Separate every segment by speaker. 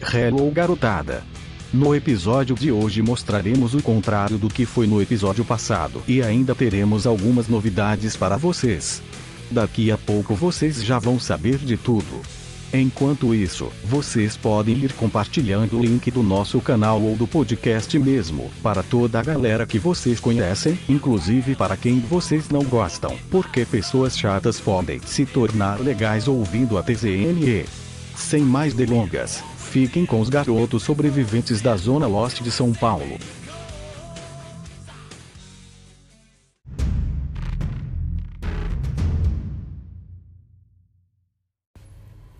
Speaker 1: Hello garotada! No episódio de hoje mostraremos o contrário do que foi no episódio passado e ainda teremos algumas novidades para vocês. Daqui a pouco vocês já vão saber de tudo. Enquanto isso, vocês podem ir compartilhando o link do nosso canal ou do podcast mesmo, para toda a galera que vocês conhecem, inclusive para quem vocês não gostam, porque pessoas chatas podem se tornar legais ouvindo a TZNE. Sem mais delongas, fiquem com os garotos sobreviventes da Zona Leste de São Paulo.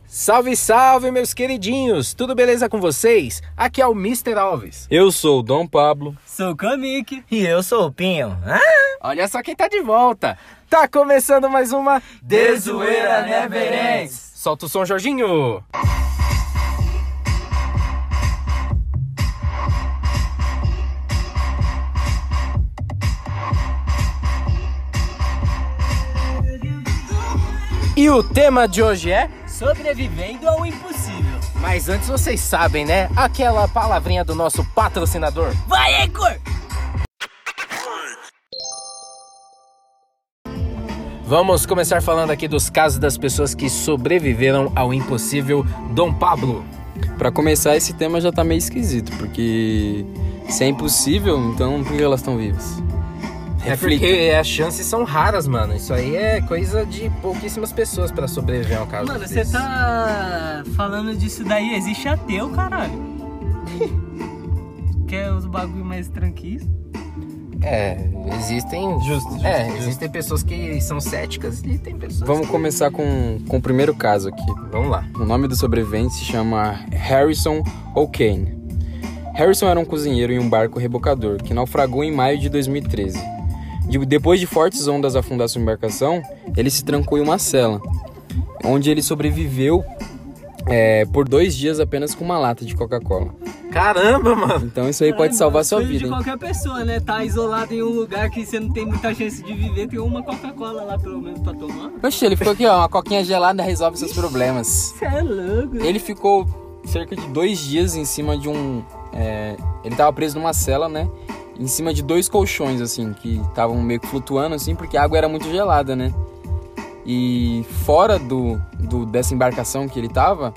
Speaker 2: Salve, salve, meus queridinhos! Tudo beleza com vocês? Aqui é o Mr. Alves.
Speaker 3: Eu sou o Dom Pablo.
Speaker 4: Sou o Kamik.
Speaker 5: E eu sou o Pinho. Ah?
Speaker 2: Olha só quem tá de volta! Tá começando mais uma
Speaker 4: De Zoeira né, Neverends.
Speaker 2: Solta o som, Jorginho! E o tema de hoje é
Speaker 4: Sobrevivendo ao impossível.
Speaker 2: Mas antes vocês sabem, né? Aquela palavrinha do nosso patrocinador.
Speaker 4: Vai, Anchor!
Speaker 2: Vamos começar falando aqui dos casos das pessoas que sobreviveram ao impossível Dom Pablo.
Speaker 3: Pra começar, esse tema já tá meio esquisito, porque se é impossível, então por que elas estão vivas?
Speaker 2: É porque as chances são raras, mano. Isso aí é coisa de pouquíssimas pessoas pra sobreviver a um caso
Speaker 4: Mano, você
Speaker 2: desse.
Speaker 4: tá falando disso daí, existe ateu, caralho. Quer os bagulho mais tranquilos?
Speaker 2: É, existem...
Speaker 3: Justo, justo,
Speaker 2: É,
Speaker 3: justo.
Speaker 2: existem pessoas que são céticas e tem pessoas
Speaker 3: Vamos
Speaker 2: que...
Speaker 3: começar com, com o primeiro caso aqui.
Speaker 2: Vamos lá.
Speaker 3: O nome do sobrevivente se chama Harrison O'Kane. Harrison era um cozinheiro em um barco rebocador que naufragou em maio de 2013. De- depois de fortes ondas afundar sua embarcação, ele se trancou em uma cela, onde ele sobreviveu é, por dois dias apenas com uma lata de Coca-Cola.
Speaker 2: Caramba, mano!
Speaker 3: Então isso aí
Speaker 4: Caralho,
Speaker 3: pode salvar
Speaker 4: mano,
Speaker 3: sua
Speaker 4: sonho
Speaker 3: vida,
Speaker 4: de
Speaker 3: hein?
Speaker 4: qualquer pessoa, né? Tá isolado em um lugar que você não tem muita chance de viver, tem uma Coca-Cola lá pelo menos pra tomar.
Speaker 3: Oxe, ele ficou aqui, ó, uma coquinha gelada resolve seus problemas.
Speaker 4: Você é louco.
Speaker 3: Ele ficou cerca de dois dias em cima de um. é, ele tava preso numa cela, né? Em cima de dois colchões, assim, que estavam meio que flutuando, assim, porque a água era muito gelada, né? E fora do, do- dessa embarcação que ele tava,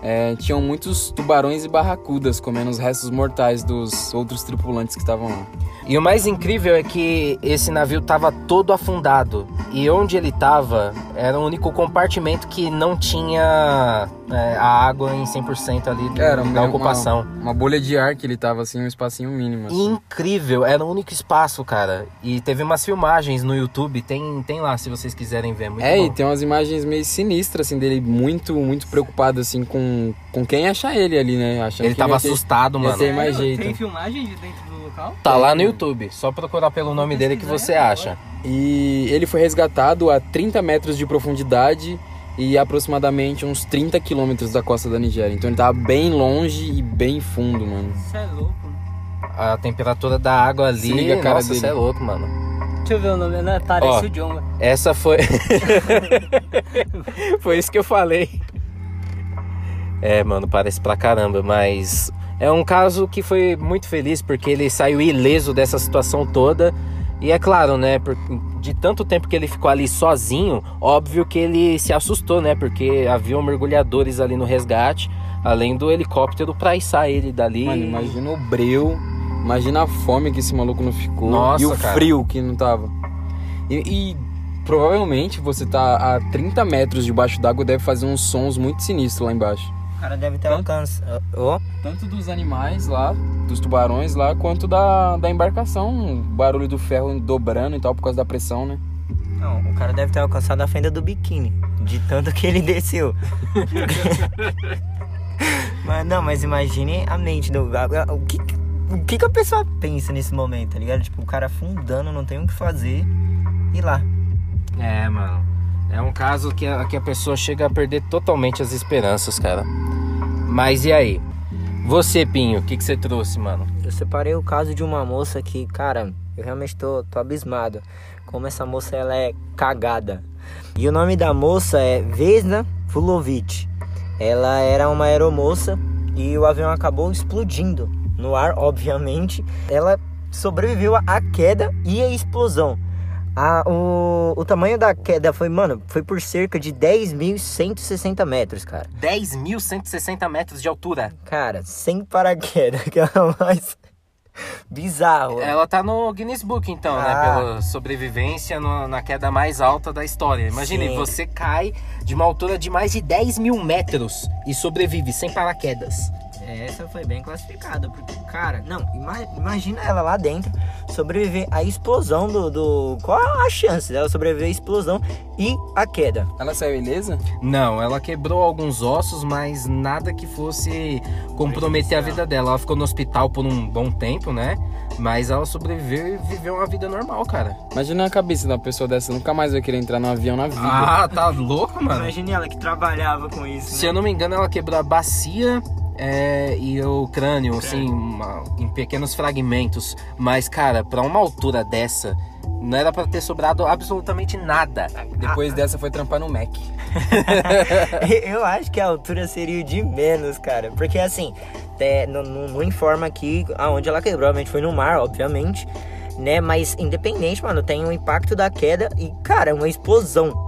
Speaker 3: é, tinham muitos tubarões e barracudas comendo os restos mortais dos outros tripulantes que estavam lá.
Speaker 2: E o mais incrível é que esse navio tava todo afundado. E onde ele tava era o único compartimento que não tinha é, a água em 100% ali do-
Speaker 3: Era
Speaker 2: da
Speaker 3: uma-
Speaker 2: ocupação.
Speaker 3: Uma bolha de ar que ele tava, assim, um espacinho mínimo. assim.
Speaker 2: Incrível, era o único espaço, cara. E teve umas filmagens no YouTube, tem, tem lá se vocês quiserem ver. Muito
Speaker 3: é,
Speaker 2: bom.
Speaker 3: e tem umas imagens meio sinistras, assim, dele muito, muito preocupado, assim, com, com quem achar ele ali, né? Achando
Speaker 2: Ele
Speaker 3: que é ia
Speaker 2: tava
Speaker 3: ter-
Speaker 2: assustado, mano.
Speaker 3: tem mais
Speaker 4: Sério?
Speaker 3: jeito.
Speaker 4: Tem filmagem de dentro do local?
Speaker 2: Tá lá
Speaker 3: um
Speaker 2: no YouTube, só procurar pelo nome dele que você
Speaker 3: é,
Speaker 2: acha.
Speaker 3: E ele foi resgatado a 30 metros de profundidade e aproximadamente uns 30 quilômetros da costa da Nigéria. Então ele tava bem longe e bem fundo, mano.
Speaker 4: Você é louco. mano.
Speaker 2: A temperatura da água ali,
Speaker 3: Se liga a cara
Speaker 2: nossa,
Speaker 3: dele.
Speaker 2: você é louco, mano.
Speaker 4: Deixa eu ver o nome, né?
Speaker 2: Ó.
Speaker 4: Parece o John. né?
Speaker 2: Essa foi... Foi isso que eu falei. É, mano, parece pra caramba, mas é um caso que foi muito feliz porque ele saiu ileso dessa situação toda. E é claro, né, por- de tanto tempo que ele ficou ali sozinho, óbvio que ele se assustou, né, porque haviam mergulhadores ali no resgate, além do helicóptero pra içar ele dali.
Speaker 3: Mano, imagina o breu, imagina a fome que esse maluco não ficou
Speaker 2: Nossa,
Speaker 3: e o
Speaker 2: cara.
Speaker 3: frio que não tava. E, e provavelmente você tá a 30 metros debaixo d'água deve fazer uns sons muito sinistros lá embaixo.
Speaker 5: O cara deve ter um câncer. Ó,
Speaker 3: tanto dos animais lá, dos tubarões lá, quanto da, da embarcação, o barulho do ferro dobrando e tal, por causa da pressão, né?
Speaker 5: Não, o cara deve ter alcançado a fenda do biquíni. De tanto que ele desceu. mas não, mas imagine a mente do. a- a- O que, o que, que a pessoa pensa nesse momento, tá ligado? Tipo, o cara afundando, não tem o que fazer. E lá.
Speaker 2: É, mano. É um caso que a, que a pessoa chega a perder totalmente as esperanças, cara. Mas e aí? Você, Pinho, o que, que você trouxe, mano?
Speaker 5: Eu separei o caso de uma moça que, cara, eu realmente tô, tô abismado. Como essa moça ela é cagada. E o nome da moça é Vesna Fulovic. Ela era uma aeromoça E o avião acabou explodindo no ar, obviamente. Ela sobreviveu à queda e à explosão. A, o, o tamanho da queda foi, mano, foi por cerca de 10.160 metros, cara.
Speaker 2: 10.160 metros de altura.
Speaker 5: Cara, sem paraquedas, que é o mais bizarro.
Speaker 2: Ela tá no Guinness Book, então, né?
Speaker 5: Ah.
Speaker 2: Pela sobrevivência no- na queda mais alta da história. Imagine,
Speaker 5: Sim.
Speaker 2: você cai de uma altura de mais de 10 mil metros e sobrevive sem paraquedas.
Speaker 5: Essa foi bem classificada, porque, cara, não, ima- imagina ela lá dentro sobreviver à explosão do, do. Qual a chance dela sobreviver à explosão e à queda?
Speaker 3: Ela saiu ilesa?
Speaker 2: Não, ela quebrou alguns ossos, mas nada que fosse comprometer a vida dela. Ela ficou no hospital por um bom tempo, né? Mas ela sobreviveu e viveu uma vida normal, cara.
Speaker 3: Imagina a cabeça da pessoa dessa, nunca mais vai querer entrar num avião na vida.
Speaker 2: Ah, tá louco, mano?
Speaker 5: Imagina ela que trabalhava com isso. né?
Speaker 2: Se eu não me engano, ela quebrou a bacia é, e o crânio, assim, uma- em pequenos fragmentos. Mas, cara, pra uma altura dessa, não era pra ter sobrado absolutamente nada.
Speaker 3: Depois dessa foi trampar no Mac.
Speaker 5: Eu acho que a altura seria o de menos, cara. Porque assim, é, não, não- não informa aqui aonde ela quebrou. Obviamente foi no mar, obviamente. Né? Mas independente, mano, tem o impacto da queda e, cara, uma explosão.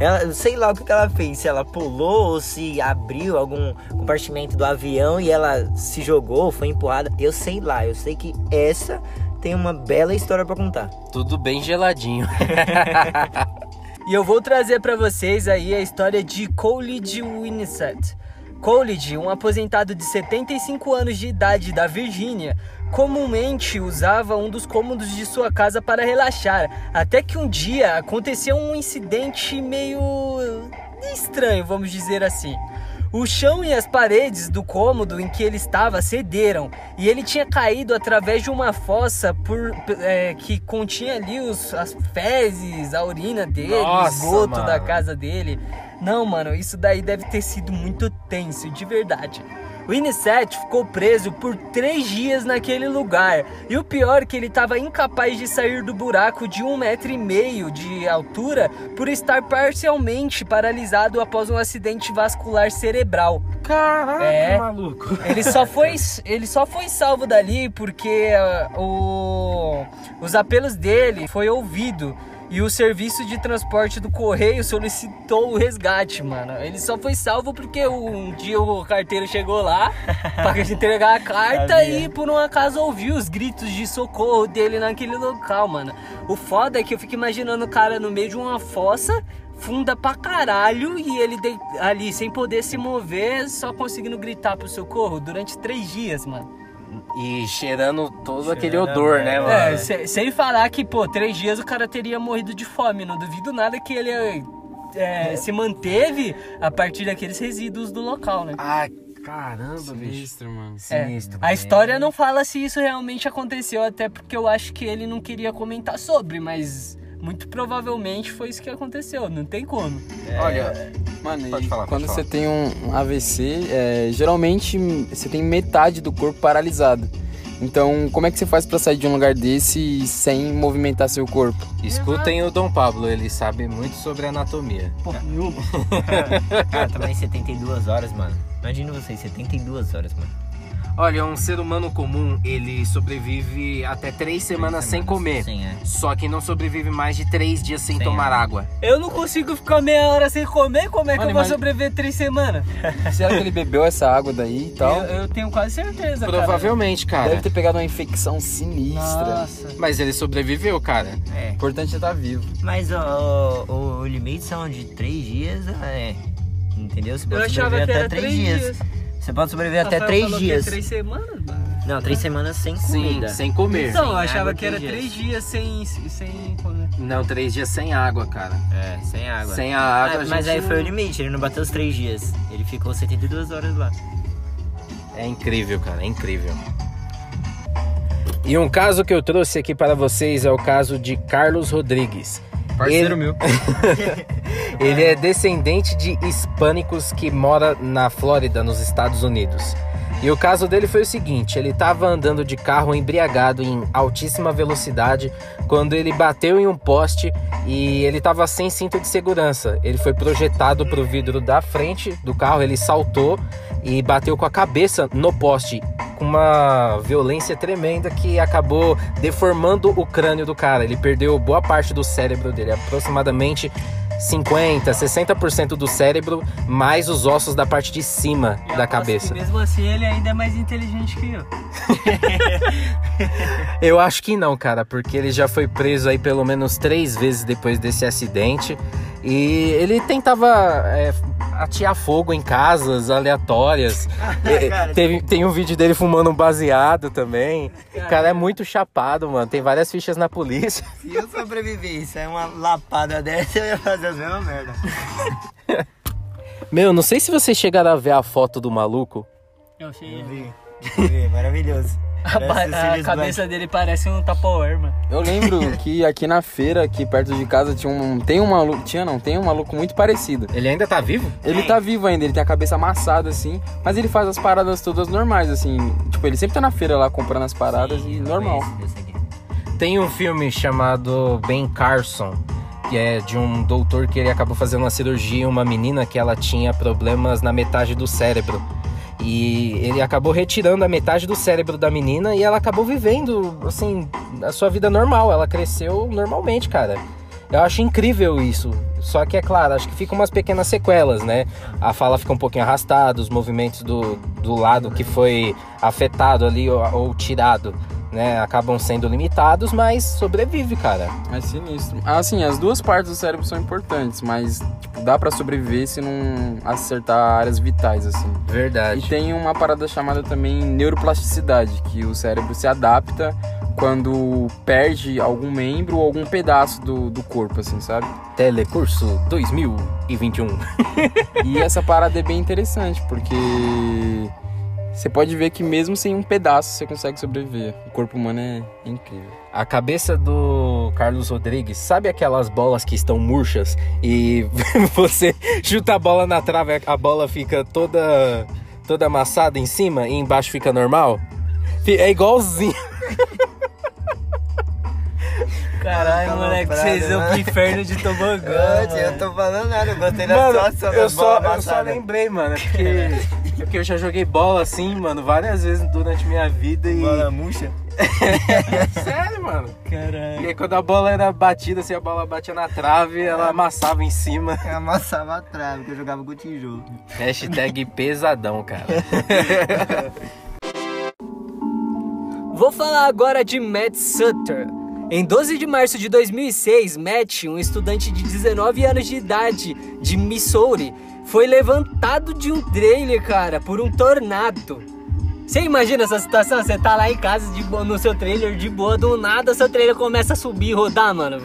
Speaker 5: Ela, eu sei lá o que, que ela fez, se ela pulou ou se abriu algum compartimento do avião e ela se jogou, foi empurrada. Eu sei lá, eu sei que essa tem uma bela história pra contar.
Speaker 2: Tudo bem geladinho.
Speaker 4: E eu vou trazer pra vocês aí a história de Coolidge Winsett. Coolidge, um aposentado de 75 anos de idade da Virgínia, comumente usava um dos cômodos de sua casa para relaxar, até que um dia aconteceu um incidente meio estranho, vamos dizer assim. O chão e as paredes do cômodo em que ele estava cederam e ele tinha caído através de uma fossa por- p- é, que continha ali os- as fezes, a urina dele, o
Speaker 2: Nossa,
Speaker 4: esgoto
Speaker 2: mano.
Speaker 4: da casa dele. Não, mano, isso daí deve ter sido muito tenso, de verdade. O Inisset ficou preso por três dias naquele lugar. E o pior é que ele estava incapaz de sair do buraco de um metro e meio de altura por estar parcialmente paralisado após um acidente vascular cerebral.
Speaker 2: Caraca,
Speaker 4: É.
Speaker 2: Ah, maluco.
Speaker 4: Ele só foi, ele só foi salvo dali porque ah, o- os apelos dele foi ouvido. E o serviço de transporte do correio solicitou o resgate, mano. Ele só foi salvo porque um dia o carteiro chegou lá pra entregar a carta
Speaker 5: Sabia.
Speaker 4: e por um acaso ouviu os gritos de socorro dele naquele local, mano. O foda é que eu fico imaginando o cara no meio de uma fossa, funda pra caralho, e ele de- ali sem poder se mover, só conseguindo gritar pro socorro durante três dias, mano.
Speaker 2: E cheirando todo
Speaker 5: Cheirando
Speaker 2: aquele odor, né,
Speaker 5: a
Speaker 2: mano?
Speaker 4: É, se- sem falar que, pô, três dias o cara teria morrido de fome. Não duvido nada que ele é, se manteve a partir daqueles resíduos do local, né?
Speaker 2: Ai, caramba, bicho.
Speaker 3: Sinistro, mano.
Speaker 4: É,
Speaker 2: Sinistro.
Speaker 4: a história não fala se isso realmente aconteceu, até porque eu acho que ele não queria comentar sobre, mas muito provavelmente foi isso que aconteceu, não tem como.
Speaker 2: Olha,
Speaker 3: Mano,
Speaker 2: Pode
Speaker 3: e
Speaker 2: falar, pode
Speaker 3: quando
Speaker 2: falar.
Speaker 3: você tem um um AVC, é, geralmente hum, você tem metade do corpo paralisado. Então, como é que você faz pra sair de um lugar desse sem movimentar seu corpo?
Speaker 2: escutem o Dom Pablo, ele sabe muito sobre anatomia.
Speaker 4: Pô, nenhuma.
Speaker 5: Cara, também 72 horas, mano. Imagina vocês, 72 horas, mano.
Speaker 2: Olha, um ser humano comum, ele sobrevive até três semanas sem comer.
Speaker 5: Sim, é.
Speaker 2: Só que não sobrevive mais de três dias sem
Speaker 5: Sem
Speaker 2: tomar água.
Speaker 4: Eu não consigo ficar meia hora sem comer, como é que
Speaker 3: Mano,
Speaker 4: eu vou
Speaker 3: imagi-
Speaker 4: sobreviver três semanas?
Speaker 3: Será que ele bebeu essa água daí e tal?
Speaker 4: Eu, eu tenho quase certeza, cara.
Speaker 2: Provavelmente, cara.
Speaker 3: Deve ter pegado uma infecção né? sinistra.
Speaker 4: Nossa.
Speaker 2: Mas ele sobreviveu, cara.
Speaker 3: O importante é estar vivo.
Speaker 5: Mas ó, o, o, o limite são de 3 dias, é. Entendeu? Você
Speaker 4: Eu
Speaker 5: pode
Speaker 4: achava
Speaker 5: sobreviver
Speaker 4: que era
Speaker 5: até
Speaker 4: três
Speaker 5: 3 dias.
Speaker 4: dias.
Speaker 5: Você pode sobreviver até
Speaker 4: Rafael
Speaker 5: 3
Speaker 4: falou que é
Speaker 5: dias.
Speaker 4: Três semanas, mano.
Speaker 5: Não, 3 semanas sem
Speaker 2: Sim,
Speaker 5: comida.
Speaker 2: sem comer.
Speaker 4: Então, eu
Speaker 5: água,
Speaker 4: achava que
Speaker 5: três
Speaker 4: era
Speaker 5: dias.
Speaker 4: três dias sem, sem comer.
Speaker 2: Não, três dias sem água, cara.
Speaker 5: É, sem água.
Speaker 2: Sem a água,
Speaker 5: Ah,
Speaker 2: a
Speaker 5: mas
Speaker 2: gente
Speaker 5: aí foi o
Speaker 2: não-
Speaker 5: limite, ele não bateu os 3 dias. Ele ficou 72 horas lá.
Speaker 2: É incrível, cara, é incrível. E um caso que eu trouxe aqui para vocês é o caso de Carlos Rodrigues. Parceiro
Speaker 3: meu.
Speaker 2: Ele é descendente de hispânicos que mora na Flórida, nos Estados Unidos. E o caso dele foi o seguinte: ele estava andando de carro embriagado em altíssima velocidade quando ele bateu em um poste e ele estava sem cinto de segurança. Ele foi projetado para o vidro da frente do carro, ele saltou e bateu com a cabeça no poste com uma violência tremenda que acabou deformando o crânio do cara. Ele perdeu boa parte do cérebro dele, aproximadamente 50, 60% do cérebro, mais os ossos da parte de cima
Speaker 4: E
Speaker 2: da
Speaker 4: aposto
Speaker 2: cabeça.
Speaker 4: É, que mesmo assim, ele ainda é mais inteligente que eu.
Speaker 2: Eu acho que não, cara, porque ele já foi preso aí pelo menos três vezes depois desse acidente. E ele tentava é, atear fogo em casas aleatórias. Eh,
Speaker 5: Ah, cara.
Speaker 2: Teve, tem um vídeo dele fumando um baseado também. O cara é muito chapado, mano. Tem várias fichas na polícia.
Speaker 5: Se eu sobrevivesse a uma lapada dessa, eu ia fazer as mesmas merda.
Speaker 2: Meu, não sei se vocês chegaram a ver a foto do maluco.
Speaker 4: Eu cheguei.
Speaker 5: Eu vi. Eu vi, maravilhoso.
Speaker 4: A, ba-
Speaker 5: Parece o
Speaker 4: a
Speaker 5: Sirius
Speaker 4: cabeça dele parece um Tupperware, mano.
Speaker 3: Eu lembro que aqui na feira, aqui perto de casa, tinha um. Tem um maluco. Tinha não, tem um maluco muito parecido.
Speaker 2: Ele ainda tá vivo?
Speaker 3: Ele tá vivo ainda, ele tem a cabeça amassada assim, mas ele faz as paradas todas normais, assim. Tipo, ele sempre tá na feira lá comprando as paradas e normal.
Speaker 5: é
Speaker 2: Tem um filme chamado Ben Carson, que é de um doutor que ele acabou fazendo uma cirurgia em uma menina que ela tinha problemas na metade do cérebro. E ele acabou retirando a metade do cérebro da menina e ela acabou vivendo, assim, a sua vida normal. Ela cresceu normalmente, cara. Eu acho incrível isso. Só que é claro, acho que ficam umas pequenas sequelas, né? A fala fica um pouquinho arrastada, os movimentos do, do lado que foi afetado ali ou- ou tirado né, acabam sendo limitados, mas sobrevive, cara.
Speaker 3: É sinistro. Assim, as duas partes do cérebro são importantes, mas tipo, dá pra sobreviver se não acertar áreas vitais, assim. E
Speaker 2: Verdade.
Speaker 3: tem uma parada chamada também neuroplasticidade, que o cérebro se adapta quando perde algum membro ou algum pedaço do, do corpo, assim, sabe?
Speaker 2: Telecurso 2021.
Speaker 3: E essa parada é bem interessante, porque você pode ver que mesmo sem um pedaço você consegue sobreviver. O corpo humano é incrível.
Speaker 2: A cabeça do Carlos Rodrigues, sabe aquelas bolas que estão murchas e você chuta a bola na trave, a bola fica toda toda amassada em cima e embaixo fica normal? Fi- É igualzinho.
Speaker 4: Caralho,
Speaker 5: Tá
Speaker 4: moleque,
Speaker 5: aloprado,
Speaker 4: vocês é o
Speaker 5: né?
Speaker 4: inferno de tobogã.
Speaker 5: Antes, eu
Speaker 4: mano.
Speaker 5: tô falando nada, eu gostei da
Speaker 2: Mano,
Speaker 5: situação. da
Speaker 2: eu só,
Speaker 5: bola
Speaker 2: eu só
Speaker 5: amassada.
Speaker 2: lembrei, mano, porque, porque eu já joguei bola assim, mano, várias vezes durante minha vida e.
Speaker 5: Bola murcha.
Speaker 2: Sério, mano. E
Speaker 4: Caralho.
Speaker 2: aí, quando a bola era batida, assim, a bola batia na trave, ela amassava em cima.
Speaker 5: Eu amassava a trave, que eu jogava com tijolo.
Speaker 2: Hashtag pesadão, cara.
Speaker 4: Vou falar agora de Matt Sutter. Em 12 de março de 2006, Matt, um estudante de 19 anos de idade de Missouri, foi levantado de um trailer, cara, por um tornado. Você imagina essa situação? Você tá lá em casa de boa- no seu trailer de boa, do nada seu trailer começa a subir e rodar, mano.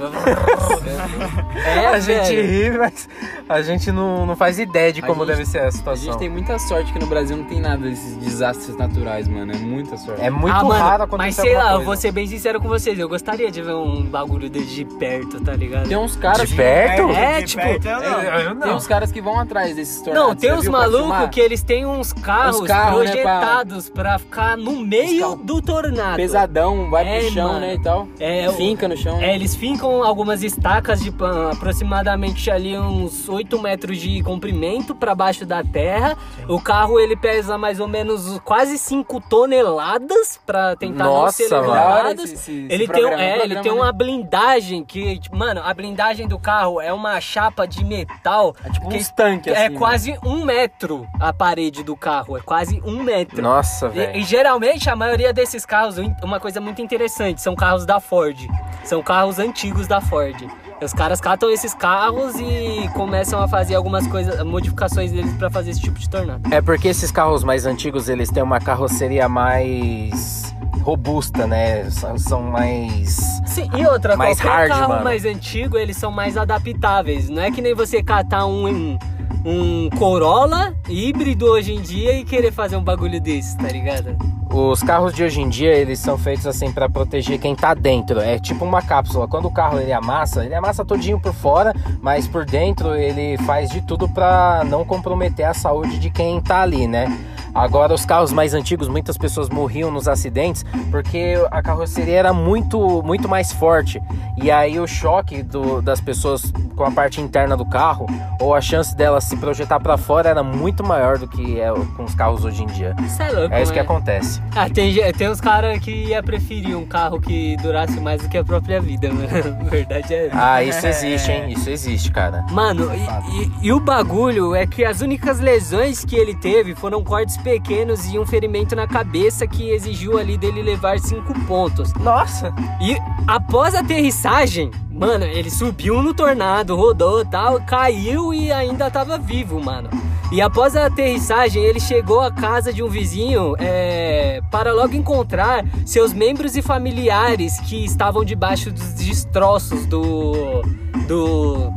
Speaker 2: É
Speaker 4: É,
Speaker 2: a gente
Speaker 4: velho.
Speaker 2: ri, mas a gente não, não faz ideia de
Speaker 3: A
Speaker 2: como
Speaker 3: gente-
Speaker 2: deve ser a
Speaker 3: A
Speaker 2: situação.
Speaker 3: gente tem muita sorte que no Brasil não tem nada desses desastres naturais, mano. É muita sorte.
Speaker 2: É muito
Speaker 4: ah, mano,
Speaker 2: raro acontecer
Speaker 4: Mas sei
Speaker 2: alguma
Speaker 4: lá, eu
Speaker 2: coisa.
Speaker 4: vou ser bem sincero com vocês. Eu gostaria de ver um bagulho desse de perto, tá ligado?
Speaker 3: Tem uns caras.
Speaker 2: De perto?
Speaker 4: É, tipo,
Speaker 5: eu
Speaker 2: Eu-
Speaker 5: não.
Speaker 2: eu
Speaker 3: Tem
Speaker 2: não.
Speaker 3: uns caras que vão atrás desses tornados.
Speaker 4: Não, tem
Speaker 3: já
Speaker 4: uns
Speaker 3: viu assim, pra
Speaker 4: malucos
Speaker 3: filmar?
Speaker 4: que eles têm uns carros,
Speaker 3: Os carros, né,
Speaker 4: projetados pra ficar no meio
Speaker 3: carros
Speaker 4: do tornado.
Speaker 3: Pesadão, vai
Speaker 4: É,
Speaker 3: pro chão,
Speaker 4: mano.
Speaker 3: né, e tal.
Speaker 4: É, o-
Speaker 3: Finca no chão. né?
Speaker 4: É, eles fincam algumas estacas de pan- aproximadamente ali uns 8 metros de comprimento pra baixo da terra. O carro ele pesa mais ou menos quase 5 toneladas pra tentar não ser
Speaker 2: Nossa, mano.
Speaker 3: Da hora
Speaker 4: levado.
Speaker 3: esse- esse- esse
Speaker 4: Ele tem, um-
Speaker 3: programa,
Speaker 4: é, ele
Speaker 3: programa,
Speaker 4: tem
Speaker 3: né?
Speaker 4: uma blindagem que, tipo, mano, a blindagem do carro é uma chapa de metal
Speaker 3: É tipo
Speaker 4: que
Speaker 2: Um
Speaker 3: uns tanques,
Speaker 4: é
Speaker 3: assim, né?
Speaker 4: quase um metro a parede do carro, é quase um metro.
Speaker 2: Nossa,
Speaker 4: E, e
Speaker 2: velho.
Speaker 4: geralmente a maioria desses carros, um- uma coisa muito interessante, são carros da Ford. São carros antigos da Ford. Os caras catam esses carros e começam a fazer algumas coisas, modificações deles pra fazer esse tipo de tornado.
Speaker 2: É porque esses carros mais antigos, eles têm uma carroceria mais robusta, né? São, são mais...
Speaker 4: Sim, e outra,
Speaker 2: Mais
Speaker 4: qualquer
Speaker 2: hard,
Speaker 4: carro
Speaker 2: mano.
Speaker 4: mais antigo, eles são mais adaptáveis. Não é que nem você catar um, um Corolla híbrido hoje em dia e querer fazer um bagulho desse, tá ligado?
Speaker 2: Os carros de hoje em dia, eles são feitos assim pra proteger quem tá dentro. É tipo uma cápsula. Quando o carro ele amassa, ele amassa todinho por fora, mas por dentro ele faz de tudo pra não comprometer a saúde de quem tá ali, né? Agora, os carros mais antigos, muitas pessoas morriam nos acidentes porque a carroceria era muito, muito mais forte. E aí, o choque do- das pessoas com a parte interna do carro ou a chance dela se projetar para fora era muito maior do que é com os carros hoje em dia.
Speaker 4: Isso é louco,
Speaker 2: É isso que
Speaker 4: né?
Speaker 2: acontece.
Speaker 4: Ah, tem, ge- tem uns caras que ia preferir um carro que durasse mais do que a própria vida, mano. A verdade é essa.
Speaker 2: Ah, isso existe, hein? Isso existe, cara.
Speaker 4: Mano, e, e- e o bagulho é que as únicas lesões que ele teve foram cortes pequenos e um ferimento na cabeça que exigiu ali dele levar cinco pontos.
Speaker 2: Nossa!
Speaker 4: E após a aterrissagem, mano, ele subiu no tornado, rodou tal, caiu e ainda tava vivo, mano. E após a aterrissagem, ele chegou à casa de um vizinho é, para logo encontrar seus membros e familiares que estavam debaixo dos destroços do. do.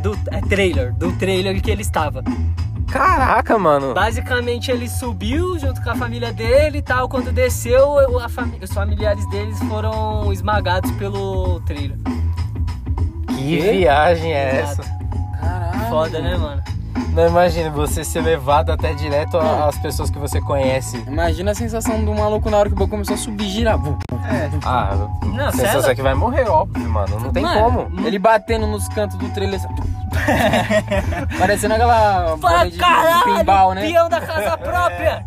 Speaker 4: do é, trailer, do trailer que ele estava.
Speaker 2: Caraca, mano!
Speaker 4: Tá Basicamente, ele subiu junto com a família dele e tal. Quando desceu, eu- a fami- os familiares deles foram esmagados pelo trilho.
Speaker 2: Que viagem é
Speaker 4: Exato.
Speaker 2: essa?
Speaker 3: Caralho.
Speaker 4: Foda, né, mano?
Speaker 2: Não imagina você ser levado até direto a- às pessoas que você conhece.
Speaker 3: Imagina a sensação do maluco na hora que o bagulho começou a subir, girar. Vum.
Speaker 2: Ah,
Speaker 4: Não,
Speaker 2: a sensação
Speaker 4: sério?
Speaker 2: é que vai morrer, óbvio, mano. Não tem
Speaker 4: Mano, hum.
Speaker 2: como.
Speaker 3: Ele batendo nos cantos do trailer. assim, Parecendo aquela bola
Speaker 4: Fala,
Speaker 3: de, de
Speaker 4: caralho!
Speaker 3: pinball, né?
Speaker 4: Peão da casa própria!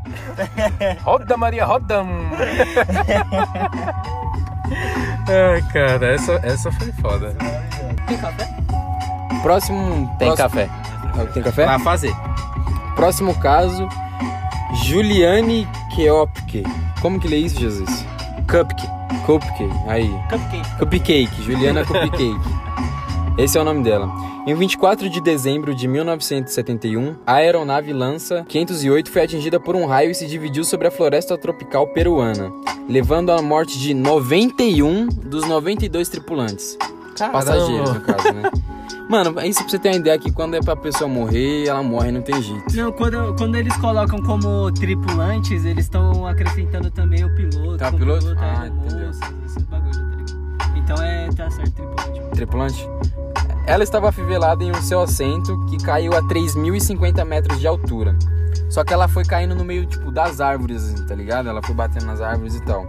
Speaker 2: Roda, Maria, roda! Ai, cara, essa, essa foi foda.
Speaker 4: Tem café?
Speaker 3: Próximo.
Speaker 2: Tem
Speaker 3: próximo-
Speaker 2: café.
Speaker 3: Ah, Tem café?
Speaker 2: Pra fazer.
Speaker 3: Próximo caso. Juliane Keopke. Como que lê isso, Jesus? Cupcake. Cupcake. Aí.
Speaker 4: Cupcake.
Speaker 3: Cupcake, Juliana Cupcake. Esse é o nome dela. Em 24 de dezembro de 1971, a aeronave Lança 508 foi atingida por um raio e se dividiu sobre a floresta tropical peruana, levando à morte de 91 dos 92 tripulantes. Passageiros, no caso, né? Mano, é isso pra você ter uma ideia que quando é pra pessoa morrer, ela morre, não tem jeito.
Speaker 4: Não, quando, quando eles colocam como tripulantes, eles estão acrescentando também o piloto.
Speaker 3: Tá,
Speaker 4: com
Speaker 3: piloto?
Speaker 4: é,
Speaker 3: Ah,
Speaker 4: moças,
Speaker 3: entendeu.
Speaker 4: esses bagulho, tá ligado? Então é, tá certo, tripulante.
Speaker 3: Tripulante? Ela estava afivelada em um seu assento que caiu a 3.050 metros de altura. Só que ela foi caindo no meio, tipo, das árvores, assim, tá ligado? Ela foi batendo nas árvores e tal.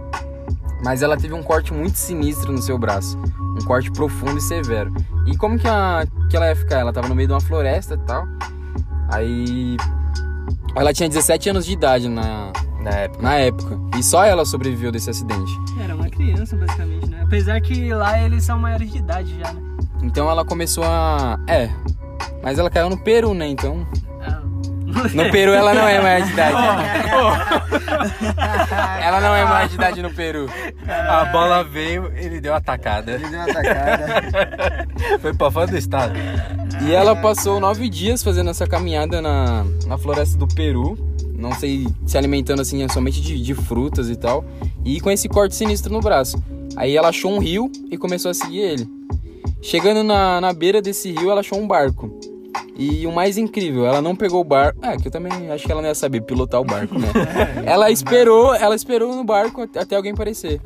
Speaker 3: Mas ela teve um corte muito sinistro no seu braço. Um corte profundo e severo. E como que, a, que ela ia ficar? Ela tava no meio de uma floresta e tal. Aí... Ela tinha 17 anos de idade na,
Speaker 2: Na época.
Speaker 3: na época. E só ela sobreviveu desse acidente.
Speaker 4: Era uma criança, basicamente, né? Apesar que lá eles são maiores de idade já, né?
Speaker 3: Então ela começou a... É... Mas ela caiu no Peru, né? Então...
Speaker 4: Ah,
Speaker 3: No Peru ela não é maior de idade. ela não é maior de idade no Peru.
Speaker 2: A bola veio, ele deu uma tacada.
Speaker 6: Ele deu uma tacada.
Speaker 2: Foi pra fora do estado.
Speaker 3: E ela passou nove dias fazendo essa caminhada na, na floresta do Peru. Não sei, se alimentando assim somente de, de frutas e tal. E com esse corte sinistro no braço. Aí ela achou um rio e começou a seguir ele. Chegando na, na beira desse rio, ela achou um barco. E o mais incrível, ela não pegou o barco. Ah, que eu também acho que ela não ia saber pilotar o barco, né? ela esperou, ela esperou no barco at- até alguém aparecer.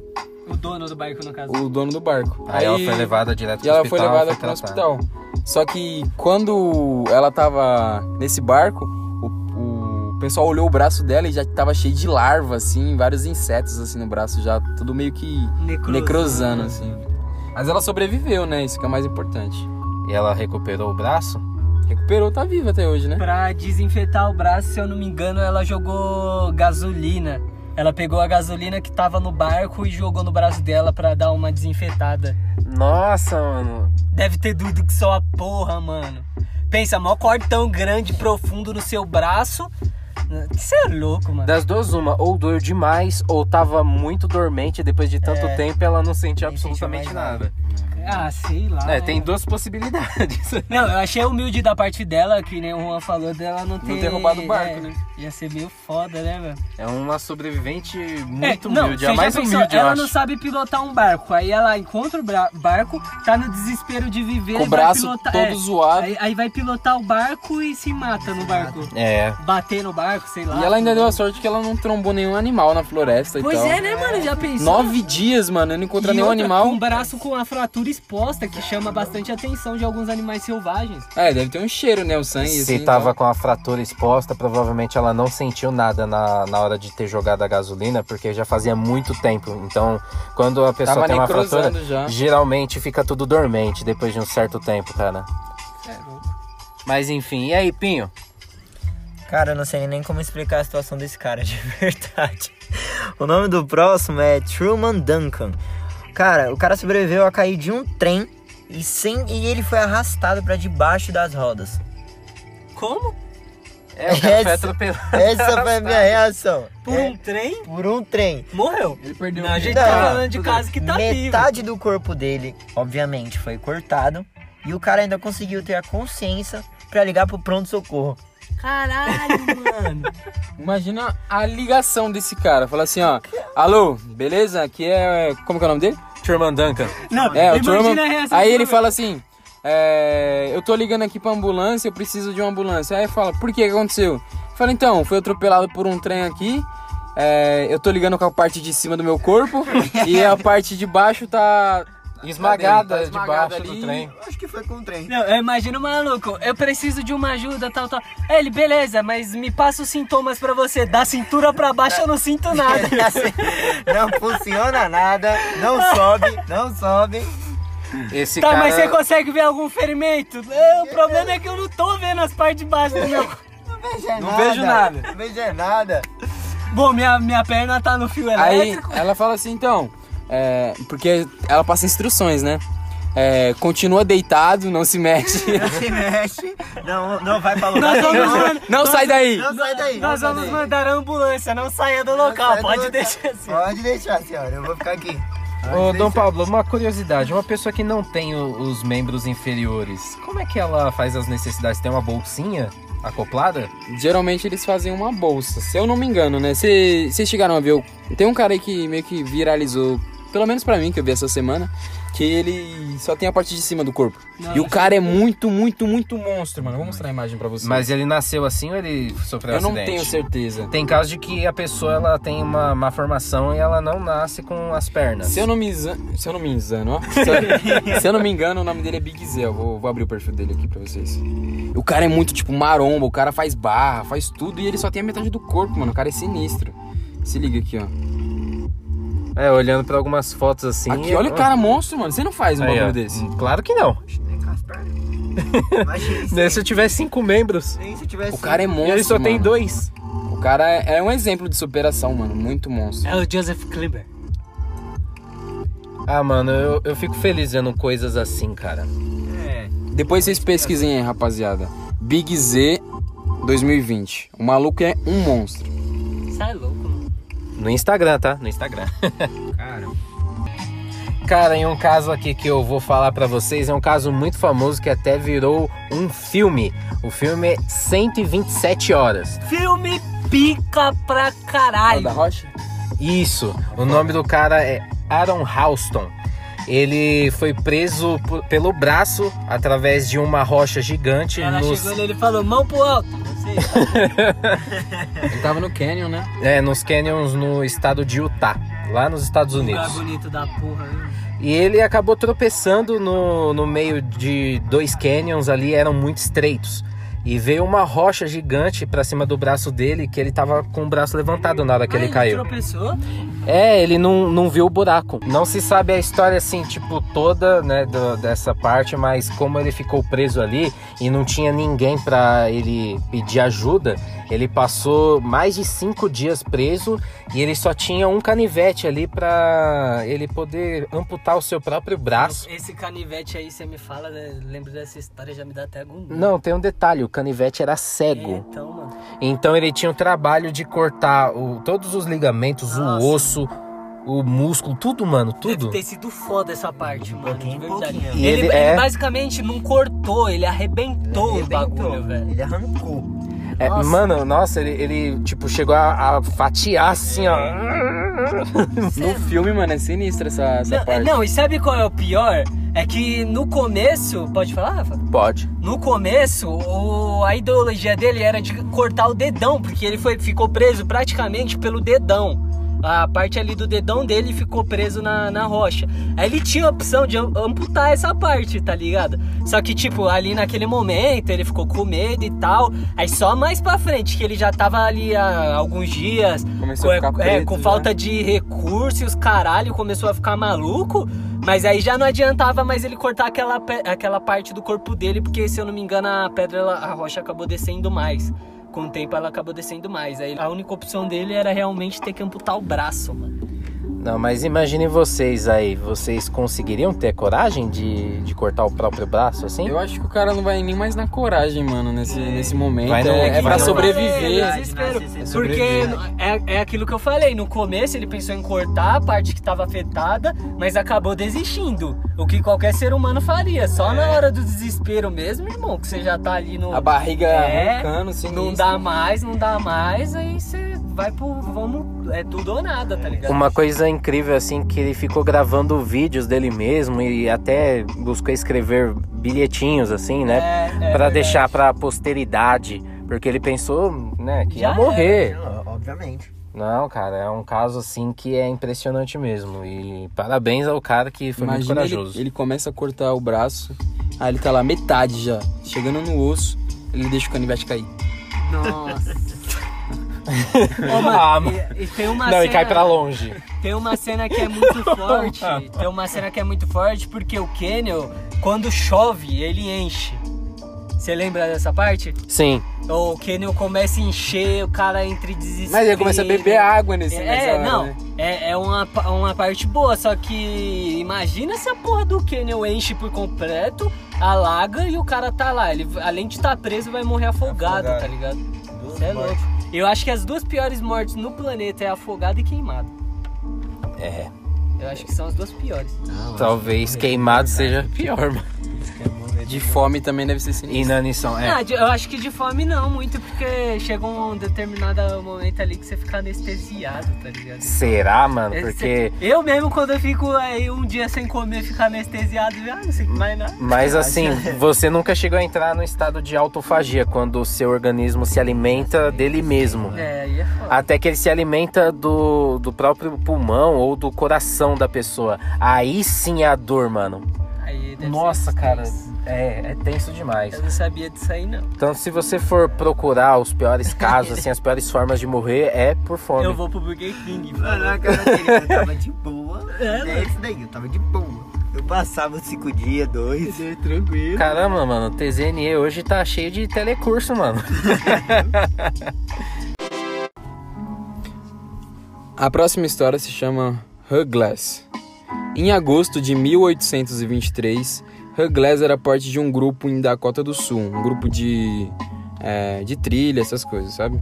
Speaker 4: o dono do barco, no caso.
Speaker 3: o dono do barco.
Speaker 2: Aí, ela foi levada direto
Speaker 3: E
Speaker 2: pro
Speaker 3: ela foi
Speaker 2: hospital.
Speaker 3: levada para o
Speaker 2: tratada.
Speaker 3: hospital. Só que quando ela tava nesse barco, o, o pessoal olhou o braço dela e já tava cheio de larva, assim, vários insetos assim no braço, já tudo meio que
Speaker 4: Necrosano. né?
Speaker 3: necrosando, assim. Mas ela sobreviveu, né? Isso que é o mais importante.
Speaker 2: E ela recuperou o braço?
Speaker 3: Recuperou, tá viva até hoje, né?
Speaker 4: Pra desinfetar o braço, se eu não me engano, ela jogou gasolina. Ela pegou a gasolina que tava no barco e jogou no braço dela pra dar uma desinfetada.
Speaker 2: Nossa, mano.
Speaker 4: Deve ter doído que só a porra, mano. Pensa, mó cortão grande, profundo no seu braço. Você é louco, mano.
Speaker 2: Das duas, uma, ou doeu demais, ou tava muito dormente depois de tanto
Speaker 4: É.
Speaker 2: tempo ela não sentia
Speaker 6: Nem sentiu
Speaker 2: absolutamente
Speaker 6: mais
Speaker 2: nada.
Speaker 6: nada.
Speaker 4: Ah, sei lá.
Speaker 2: É, tem duas possibilidades.
Speaker 4: Não, eu achei humilde da parte dela, que nem o Juan falou, dela não ter...
Speaker 3: ter roubado o barco,
Speaker 4: é,
Speaker 3: né?
Speaker 4: Ia ser meio foda, né, mano?
Speaker 2: É uma sobrevivente
Speaker 4: É,
Speaker 2: muito
Speaker 4: não,
Speaker 2: humilde,
Speaker 4: você
Speaker 2: a
Speaker 4: já
Speaker 2: mais
Speaker 4: pensou,
Speaker 2: humilde, eu
Speaker 4: Ela
Speaker 2: acho.
Speaker 4: não sabe pilotar um barco. Aí ela encontra o bra- barco, tá no desespero de viver.
Speaker 3: Com o
Speaker 4: vai
Speaker 3: braço
Speaker 4: pilotar-
Speaker 3: todo
Speaker 4: é,
Speaker 3: zoado.
Speaker 4: Aí, aí vai pilotar o barco e se mata no barco.
Speaker 2: É.
Speaker 4: Bater no barco, sei lá.
Speaker 3: E ela ainda deu a sorte que ela não trombou nenhum animal na floresta
Speaker 4: Pois
Speaker 3: e tal.
Speaker 4: é, né, mano? Já pensou?
Speaker 3: Nove dias, mano, eu não encontrei nenhum
Speaker 4: E outra,
Speaker 3: animal.
Speaker 4: Um braço com a fratura exposta que chama bastante a atenção de alguns animais selvagens.
Speaker 3: É, deve ter um cheiro, né? O sangue.
Speaker 2: Se
Speaker 3: assim,
Speaker 2: tava
Speaker 3: então.
Speaker 2: com a fratura exposta, provavelmente ela não sentiu nada na, na hora de ter jogado a gasolina, porque já fazia muito tempo. Então, quando a pessoa
Speaker 3: Tava
Speaker 2: tem uma
Speaker 3: necrosando
Speaker 2: fratura,
Speaker 3: já.
Speaker 2: geralmente fica tudo dormente depois de um certo tempo, cara. Mas enfim, e aí, Pinho?
Speaker 5: Cara, eu não sei nem como explicar a situação desse cara, de verdade. O nome do próximo é Truman Duncan. Cara, o cara sobreviveu a cair de um trem e, sem, e ele foi arrastado pra debaixo das rodas.
Speaker 4: Como?
Speaker 2: É,
Speaker 5: o cara foi Essa- Essa foi a minha reação. É,
Speaker 4: Por um trem?
Speaker 5: Por um trem.
Speaker 4: Morreu.
Speaker 3: Ele perdeu
Speaker 4: Não,
Speaker 3: o
Speaker 4: a gente
Speaker 5: Não,
Speaker 4: tá falando de
Speaker 2: tudo
Speaker 4: caso que tá vivo.
Speaker 5: Metade do corpo dele, obviamente, foi cortado. E o cara ainda conseguiu ter a consciência pra ligar pro pronto-socorro.
Speaker 4: Caralho, mano.
Speaker 3: Imagina a ligação desse cara. Fala assim, ó. Alô, beleza? Aqui é. Como que é o nome dele?
Speaker 2: Truman Duncan.
Speaker 4: Não,
Speaker 3: É, o
Speaker 4: imagina
Speaker 3: Truman.
Speaker 4: a reação
Speaker 3: Aí
Speaker 4: do
Speaker 3: ele
Speaker 4: Truman.
Speaker 3: fala assim: é, Eu tô ligando aqui pra ambulância, eu preciso de uma ambulância. Aí fala: Por que que aconteceu? Fala: Então, fui atropelado por um trem aqui. é, eu tô ligando com a parte de cima do meu corpo e a parte de baixo tá.
Speaker 2: Esmagada,
Speaker 3: Tá esmagada
Speaker 2: debaixo
Speaker 3: ali.
Speaker 2: do trem.
Speaker 5: Acho que foi com um trem.
Speaker 4: Não, eu imagino o maluco. Eu preciso de uma ajuda, tal, tal. Ele, beleza, mas me passa os sintomas pra você. Da cintura pra baixo eu não sinto nada.
Speaker 5: não funciona nada, não sobe, não sobe.
Speaker 2: Esse
Speaker 4: Tá,
Speaker 2: cara...
Speaker 4: mas você consegue ver algum ferimento? É, o problema é que eu não tô vendo as partes de baixo do meu.
Speaker 5: Não vejo é
Speaker 3: Não
Speaker 5: nada.
Speaker 3: vejo nada.
Speaker 5: Não vejo é nada.
Speaker 4: Bom, minha, minha perna tá no fio
Speaker 3: Aí
Speaker 4: elétrico.
Speaker 3: ela fala assim, então, é, porque ela passa instruções, né? É, continua deitado, não se mexe.
Speaker 5: Não se mexe, não, não vai pra lugar
Speaker 4: Nós vamos,
Speaker 5: nenhum.
Speaker 4: man-
Speaker 3: não sai daí!
Speaker 5: Não sai daí.
Speaker 4: nós
Speaker 5: não
Speaker 4: vamos
Speaker 5: sai daí.
Speaker 4: mandar a ambulância, não saia do
Speaker 5: Não
Speaker 4: local,
Speaker 5: sai do
Speaker 4: pode
Speaker 5: lugar.
Speaker 4: deixar assim.
Speaker 5: Pode deixar, senhora, eu vou ficar aqui. Pode
Speaker 2: Ô, Dom
Speaker 5: deixar.
Speaker 2: Pablo, uma curiosidade. Uma pessoa que não tem o- os membros inferiores, como é que ela faz as necessidades? Tem uma bolsinha acoplada?
Speaker 3: Geralmente eles fazem uma bolsa, se eu não me engano, né? Cê- Vocês chegaram a ver. o- Tem um cara aí que meio que viralizou, pelo menos pra mim, que eu vi essa semana, que ele só tem a parte de cima do corpo.
Speaker 4: Não,
Speaker 3: e o
Speaker 4: acho
Speaker 3: cara é muito, muito, muito monstro, mano. Vou mostrar a imagem pra vocês.
Speaker 2: Mas ele nasceu assim ou ele sofreu
Speaker 3: eu não
Speaker 2: acidente?
Speaker 3: tenho certeza.
Speaker 2: Tem caso de que a pessoa ela tem uma má formação e ela não nasce com as pernas.
Speaker 3: Se eu não me engano. Se eu não me engano, ó. Se eu, se eu não me engano, o nome dele é Big Zé. Eu vou, vou abrir o perfil dele aqui pra vocês. O cara é muito, tipo, maromba. O cara faz barra, faz tudo. E ele só tem a metade do corpo, mano. O cara é sinistro. Se liga aqui, ó.
Speaker 2: É, olhando pra algumas fotos assim.
Speaker 3: Aqui, olha o cara monstro, mano. Você não faz um
Speaker 2: Aí, ó. Hum.
Speaker 3: bagulho desse.
Speaker 2: Claro que não.
Speaker 5: Imagina isso,
Speaker 2: Nem
Speaker 5: hein?
Speaker 2: se eu tiver cinco membros.
Speaker 5: Nem se tivesse.
Speaker 3: O cara é monstro.
Speaker 2: e ele só tem
Speaker 3: mano.
Speaker 2: dois.
Speaker 3: O cara é, é um exemplo de superação, mano. Muito monstro.
Speaker 4: É o Joseph Kleber.
Speaker 2: Ah, mano, eu, eu fico feliz vendo coisas assim, cara.
Speaker 3: Depois vocês pesquisem aí, rapaziada. Big Z 2020. O maluco é um monstro.
Speaker 4: Sai louco, mano.
Speaker 2: No Instagram, tá? No Instagram. Cara, e um caso aqui que eu vou falar pra vocês é um caso muito famoso que até virou um filme. O filme é 127 horas.
Speaker 4: Filme pica pra
Speaker 3: É
Speaker 4: caralho.
Speaker 3: da Rocha?
Speaker 2: Isso. O nome do cara é Aaron Houston. Ele foi preso por- pelo braço através de uma rocha gigante.
Speaker 4: Ela
Speaker 2: nos-
Speaker 4: chegou nele e falou, mão pro alto. Você
Speaker 3: Ele tava no Canyon, né?
Speaker 2: É, nos canyons no estado de Utah, lá nos Estados
Speaker 4: lugar
Speaker 2: Unidos.
Speaker 4: bonito da porra. né?
Speaker 2: E ele acabou tropeçando no, no meio de dois canyons ali, eram muito estreitos. E veio uma rocha gigante pra cima do braço dele, que ele tava com o braço levantado na hora que
Speaker 4: Ah,
Speaker 2: ele caiu.
Speaker 4: tropeçou.
Speaker 2: É, ele não, não viu o buraco. Não se sabe a história, assim, tipo, toda, né, do- dessa parte, mas como ele ficou preso ali e não tinha ninguém pra ele pedir ajuda, ele passou mais de cinco dias preso e ele só tinha um canivete ali pra ele poder amputar o seu próprio braço.
Speaker 4: Esse canivete aí, você me fala, né? lembro dessa história, já me dá até algum...
Speaker 2: Não, é tem um detalhe, o canivete era cego.
Speaker 4: Então, mano.
Speaker 2: Então ele tinha o trabalho de cortar o- todos os ligamentos,
Speaker 4: Nossa.
Speaker 2: o osso, o músculo, tudo, mano,
Speaker 4: Deve
Speaker 2: tudo.
Speaker 4: ter sido foda essa parte, mano.
Speaker 5: pouquinho,
Speaker 4: de verdade.
Speaker 5: pouquinho.
Speaker 4: Ele,
Speaker 2: Ele
Speaker 4: ele
Speaker 2: é-
Speaker 4: basicamente não cortou, ele arrebentou, o é bagulho, velho.
Speaker 5: Ele arrancou.
Speaker 2: É,
Speaker 4: Nossa.
Speaker 2: Mano, nossa, ele, ele, tipo chegou a, a fatiar assim, ó.
Speaker 3: No filme, mano, é sinistro essa, essa
Speaker 4: Não, é,
Speaker 3: parte.
Speaker 4: não, e sabe qual é o pior? É que no começo, pode falar, Rafa?
Speaker 2: Pode.
Speaker 4: No começo, o- a ideologia dele era de cortar o dedão, porque ele foi, ficou preso praticamente pelo dedão. a parte ali do dedão dele ficou preso na, na rocha. Aí ele tinha a opção de am- amputar essa parte, tá ligado? Só que, tipo, ali naquele momento ele ficou com medo e tal. Aí só mais pra frente, que ele já tava ali há alguns dias,
Speaker 3: Começou
Speaker 4: com,
Speaker 3: a ficar né?
Speaker 4: é,
Speaker 3: preto
Speaker 4: com
Speaker 3: já.
Speaker 4: falta de recursos, os caralho, começou a ficar maluco. Mas aí já não adiantava mais ele cortar aquela, pe- aquela parte do corpo dele, porque se eu não me engano a pedra, ela- a rocha acabou descendo mais. Com o tempo ela acabou descendo mais. Aí a única opção dele era realmente ter que amputar o braço, mano.
Speaker 2: Não, mas imaginem vocês aí, vocês conseguiriam ter coragem de, de cortar o próprio braço assim?
Speaker 3: Eu acho que o cara não vai nem mais na coragem, mano, nesse, nesse momento.
Speaker 2: Vai no-
Speaker 3: é, é
Speaker 2: vai
Speaker 3: pra
Speaker 2: no-
Speaker 3: sobreviver.
Speaker 4: É, desespero.
Speaker 5: Vai
Speaker 4: Porque
Speaker 5: sobreviver.
Speaker 4: é, é aquilo que eu falei. No começo ele pensou em cortar a parte que tava afetada, mas acabou desistindo. O que qualquer ser humano faria. Só na hora do desespero mesmo, irmão, que você já tá ali no.
Speaker 3: A barriga
Speaker 4: É,
Speaker 3: arrancando, assim.
Speaker 4: Não dá mais, não dá mais, aí você vai pro. Vamos. É tudo ou nada, tá ligado?
Speaker 2: Uma coisa incrível assim que ele ficou gravando vídeos dele mesmo e até buscou escrever bilhetinhos assim, né,
Speaker 4: É,
Speaker 2: Pra
Speaker 4: é verdade.
Speaker 2: deixar pra posteridade, porque ele pensou, né, que
Speaker 4: Já
Speaker 2: ia morrer.
Speaker 5: É, Obviamente.
Speaker 2: Não, cara, é um caso assim que é impressionante mesmo e parabéns ao cara que foi
Speaker 3: Imagina
Speaker 2: muito
Speaker 3: ele,
Speaker 2: corajoso.
Speaker 3: ele começa a cortar o braço, aí ele tá lá metade já, chegando no osso, ele deixa o canivete cair.
Speaker 4: Nossa. Ô, mano,
Speaker 2: Ah, mano.
Speaker 4: e, e tem uma
Speaker 2: Não,
Speaker 4: cena,
Speaker 2: e cai
Speaker 3: é.
Speaker 2: pra longe.
Speaker 4: Tem uma cena que é muito forte. tem uma cena que é muito forte porque o Canyon, quando chove, ele enche. Você lembra dessa parte?
Speaker 2: Sim.
Speaker 4: O Canyon começa a encher, o cara entre desespero.
Speaker 3: Mas ele começa a beber água nesse nessa
Speaker 4: É,
Speaker 3: hora,
Speaker 4: não.
Speaker 3: né?
Speaker 4: É, é uma, pa- uma parte boa, só que imagina se a porra do Canyon enche por completo, alaga e o cara tá lá. Ele, além de estar preso, vai morrer afogado,
Speaker 5: Afogado.
Speaker 4: tá ligado?
Speaker 5: Duas
Speaker 4: Cê é
Speaker 5: mortes.
Speaker 4: louco. Eu acho que as duas piores mortes no planeta é afogado e queimado.
Speaker 2: É.
Speaker 4: Eu acho que são as duas piores.
Speaker 2: Talvez queimado seja pior, mano.
Speaker 3: né? De fome também deve ser sinistro.
Speaker 2: Inanição, é.
Speaker 4: Ah, de- eu acho que de fome não, muito, porque chega um determinado momento ali que você fica anestesiado, tá ligado?
Speaker 2: Será, mano? Porque.
Speaker 4: Eu mesmo, quando eu fico aí um dia sem comer, fico anestesiado, já não sei mais nada.
Speaker 2: Mas assim,
Speaker 4: né?
Speaker 2: você nunca chegou a entrar no estado de autofagia, quando o seu organismo se alimenta dele mesmo.
Speaker 4: É, aí é foda.
Speaker 2: Até que ele se alimenta do, do próprio pulmão ou do coração da pessoa. Aí sim é a dor, mano.
Speaker 4: Aí deve
Speaker 2: Nossa,
Speaker 4: ser
Speaker 2: cara,
Speaker 4: tenso.
Speaker 2: é, é tenso demais.
Speaker 4: Eu não sabia disso aí, não.
Speaker 2: Então, se você for procurar os piores casos, assim, as piores formas de morrer é por fome.
Speaker 4: Eu vou pro Burger King.
Speaker 5: Mano, a cara dele, eu tava de boa. É
Speaker 4: né?
Speaker 5: isso daí, eu tava de boa. Eu passava cinco dias, dois. Tranquilo.
Speaker 2: Caramba, mano, o TZNE hoje tá cheio de telecurso, mano.
Speaker 3: A próxima história se chama Huglass. Em agosto de 1823, Huglass era parte de um grupo em Dakota do Sul, um grupo de, é, de trilha, essas coisas, sabe?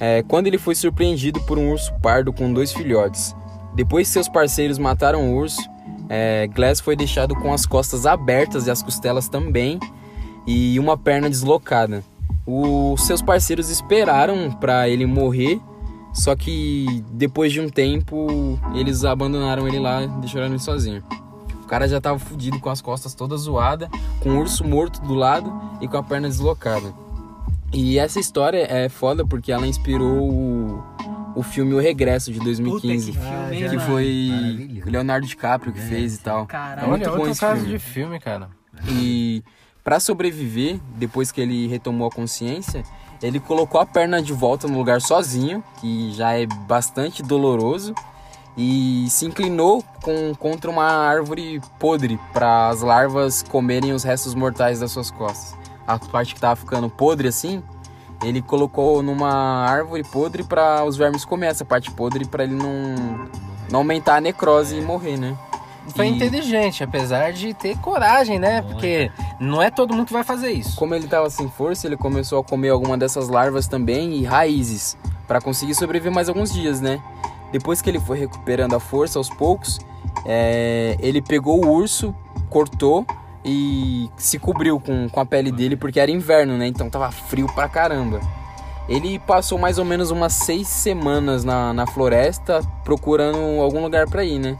Speaker 3: É, quando ele foi surpreendido por um urso pardo com dois filhotes. Depois que seus parceiros mataram o urso, é, Glass foi deixado com as costas abertas e as costelas também, e uma perna deslocada. Os seus parceiros esperaram para ele morrer só que depois de um tempo, eles abandonaram ele lá, deixaram ele sozinho. O cara já tava fudido com as costas toda zoada, com o urso morto do lado e com a perna deslocada. E essa história é foda porque ela inspirou o, o filme O Regresso de
Speaker 4: Puta, que
Speaker 3: 2015,
Speaker 4: filme,
Speaker 5: Ah,
Speaker 4: hein,
Speaker 3: que
Speaker 4: mano?
Speaker 3: foi
Speaker 5: Maravilhoso.
Speaker 3: o Leonardo DiCaprio que fez e tal.
Speaker 4: Caralho.
Speaker 3: É muito bom esse filme.
Speaker 2: filme, cara.
Speaker 3: E pra sobreviver, depois que ele retomou a consciência, ele colocou a perna de volta no lugar sozinho, que já é bastante doloroso, e se inclinou com- contra uma árvore podre para as larvas comerem os restos mortais das suas costas. A parte que tava ficando podre assim, ele colocou numa árvore podre para os vermes comer essa parte podre para ele não, não aumentar a necrose e morrer, né?
Speaker 2: Foi
Speaker 3: E-
Speaker 2: inteligente, apesar de ter coragem, né? Porque não é todo mundo que vai fazer isso.
Speaker 3: Como ele estava sem força, ele começou a comer alguma dessas larvas também e raízes, para conseguir sobreviver mais alguns dias, né? Depois que ele foi recuperando a força aos poucos, é, ele pegou o urso, cortou e se cobriu com, com a pele dele, porque era inverno, né? Então tava frio pra caramba. Ele passou mais ou menos umas seis semanas na, na floresta procurando algum lugar pra ir, né?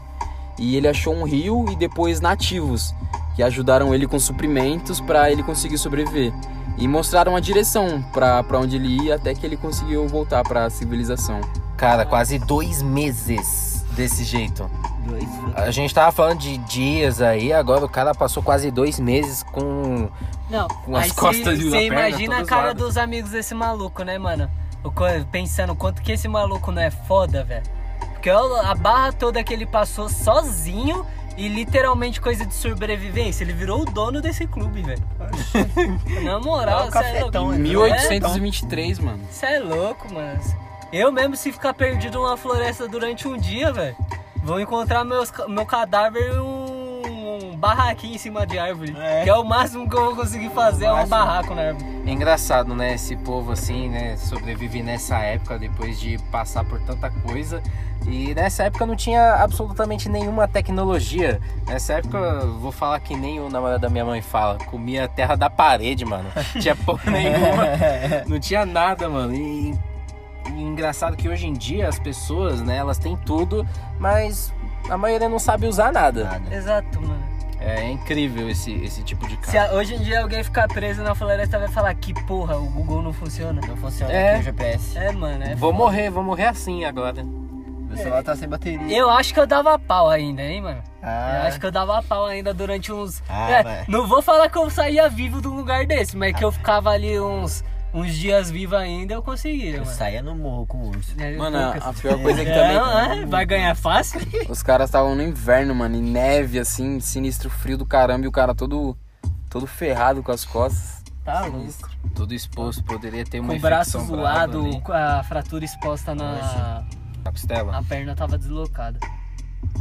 Speaker 3: E ele achou um rio e depois nativos que ajudaram ele com suprimentos para ele conseguir sobreviver e mostraram a direção para onde ele ia até que ele conseguiu voltar para a civilização.
Speaker 2: cara, quase dois meses desse jeito.
Speaker 5: Dois.
Speaker 2: A gente tava falando de dias aí, agora o cara passou quase dois meses com.
Speaker 4: Não,
Speaker 2: Com as
Speaker 4: aí
Speaker 2: costas e
Speaker 4: você
Speaker 2: uma perna
Speaker 4: imagina a
Speaker 2: toda
Speaker 4: cara
Speaker 2: zoada.
Speaker 4: dos amigos desse maluco, né, mano? O co- Pensando quanto que esse maluco não é foda, velho. Porque olha a barra toda que ele passou sozinho e literalmente coisa de sobrevivência. Ele virou o dono desse clube, velho. Na moral,
Speaker 5: É um
Speaker 4: você é
Speaker 5: cafetão,
Speaker 4: louco.
Speaker 5: né?
Speaker 3: 1823, mano.
Speaker 4: Você é louco, mano. Eu mesmo, se ficar perdido numa floresta durante um dia, velho, vou encontrar meus, ca- meu cadáver em um, um barraquinho em cima de árvore.
Speaker 5: É.
Speaker 4: Que é o máximo que eu vou conseguir fazer, é um
Speaker 3: máximo.
Speaker 4: barraco na árvore.
Speaker 2: É engraçado, né? Esse povo assim, né? Sobrevive nessa época depois de passar por tanta coisa. E nessa época não tinha absolutamente nenhuma tecnologia. Nessa época, eu vou falar que nem o namorado da minha mãe fala: comia a terra da parede, mano. Tinha porra nenhuma. Não tinha nada, mano. E, e engraçado que hoje em dia as pessoas, né, elas têm tudo, mas a maioria não sabe usar nada.
Speaker 4: Exato, mano.
Speaker 2: É incrível esse, esse tipo de
Speaker 4: Se
Speaker 2: cara.
Speaker 4: a- hoje em dia alguém ficar preso na floresta vai falar que porra, o Google não funciona.
Speaker 5: Não funciona
Speaker 2: É.
Speaker 5: aqui o GPS.
Speaker 4: É, mano, é.
Speaker 2: Vou morrer, vou morrer assim agora.
Speaker 5: Meu celular tá sem bateria.
Speaker 4: Eu acho que eu dava pau ainda, hein, mano?
Speaker 5: Ah.
Speaker 4: Eu acho que eu dava pau ainda durante uns.
Speaker 5: Ah,
Speaker 4: É,
Speaker 5: vai.
Speaker 4: não vou falar que eu saía vivo de um lugar desse, mas que eu ficava ali uns, uns dias vivo ainda, eu conseguia,
Speaker 5: Eu
Speaker 4: mano.
Speaker 5: saía no morro com o urso.
Speaker 4: É,
Speaker 3: Mano,
Speaker 4: poucas-
Speaker 3: a pior coisa é que
Speaker 4: Não, é,
Speaker 3: também.
Speaker 4: vai ganhar fácil?
Speaker 3: Os caras estavam no inverno, mano, em neve, assim, sinistro frio do caramba, e o cara todo, todo ferrado com as costas.
Speaker 4: Tá louco.
Speaker 3: Sinistro.
Speaker 2: Tudo exposto, poderia ter uma
Speaker 4: Com o braço
Speaker 2: infecção brava
Speaker 4: zoado,
Speaker 2: ali.
Speaker 4: com a fratura exposta na.
Speaker 2: A costela?
Speaker 4: A perna tava deslocada.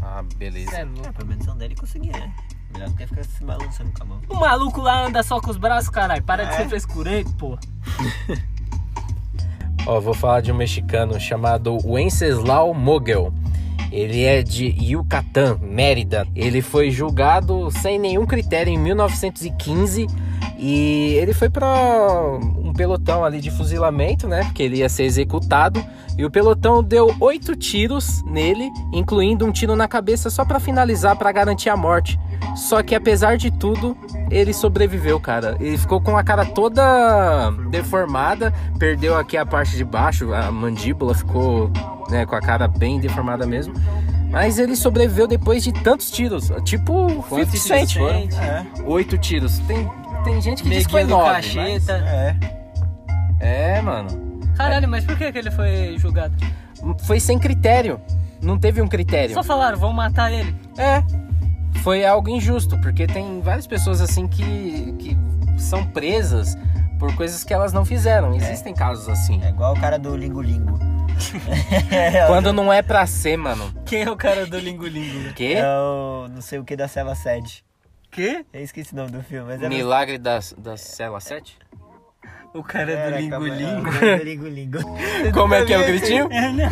Speaker 2: Ah,
Speaker 4: Cê é
Speaker 2: beleza.
Speaker 4: louco.
Speaker 5: É, pelo menos um dele conseguia, né? Melhor do que ficar se balançando com a mão.
Speaker 4: O maluco lá anda só com os braços, caralho. Para de
Speaker 5: É.
Speaker 4: ser frescurento, pô.
Speaker 2: Ó, vou falar de um mexicano chamado Wenceslau Mogel. Ele é de Yucatán, Mérida. Ele foi julgado sem nenhum critério em 1915 e ele foi para um pelotão ali de fuzilamento, né? Porque ele ia ser executado. E o pelotão deu oito tiros nele, incluindo um tiro na cabeça só para finalizar, para garantir a morte. Só que apesar de tudo, ele sobreviveu, cara. Ele ficou com a cara toda deformada, perdeu aqui a parte de baixo, a mandíbula ficou né, com a cara bem deformada mesmo. Mas ele sobreviveu depois de tantos tiros. Tipo, 50 Cent foram.
Speaker 5: É,
Speaker 2: Oito tiros. Tem, tem gente que diz que foi
Speaker 4: Neguinho do
Speaker 2: nove, mas-
Speaker 4: cacheta.
Speaker 5: é.
Speaker 2: É, mano.
Speaker 4: Caralho, mas por que, que ele foi julgado?
Speaker 2: Foi sem critério. Não teve um critério.
Speaker 5: é
Speaker 4: Só falaram, vão matar ele.
Speaker 2: É. Foi algo injusto, porque tem várias pessoas assim que, que são presas por coisas que elas não fizeram. Existem casos assim.
Speaker 5: É igual o cara do Lingo Lingo.
Speaker 2: Quando não é pra ser, mano.
Speaker 4: Quem é o cara do Lingo Lingo?
Speaker 2: Quê?
Speaker 5: É o não sei o que da Cela 7.
Speaker 4: Quê?
Speaker 5: Eu esqueci o nome do filme, mas é...
Speaker 2: Milagre da, da Cela 7?
Speaker 4: O cara do
Speaker 5: Era
Speaker 4: Lingo
Speaker 5: como- é,
Speaker 4: Lingo.
Speaker 5: o do Lingo Lingo.
Speaker 2: Como é que é o gritinho?
Speaker 4: né?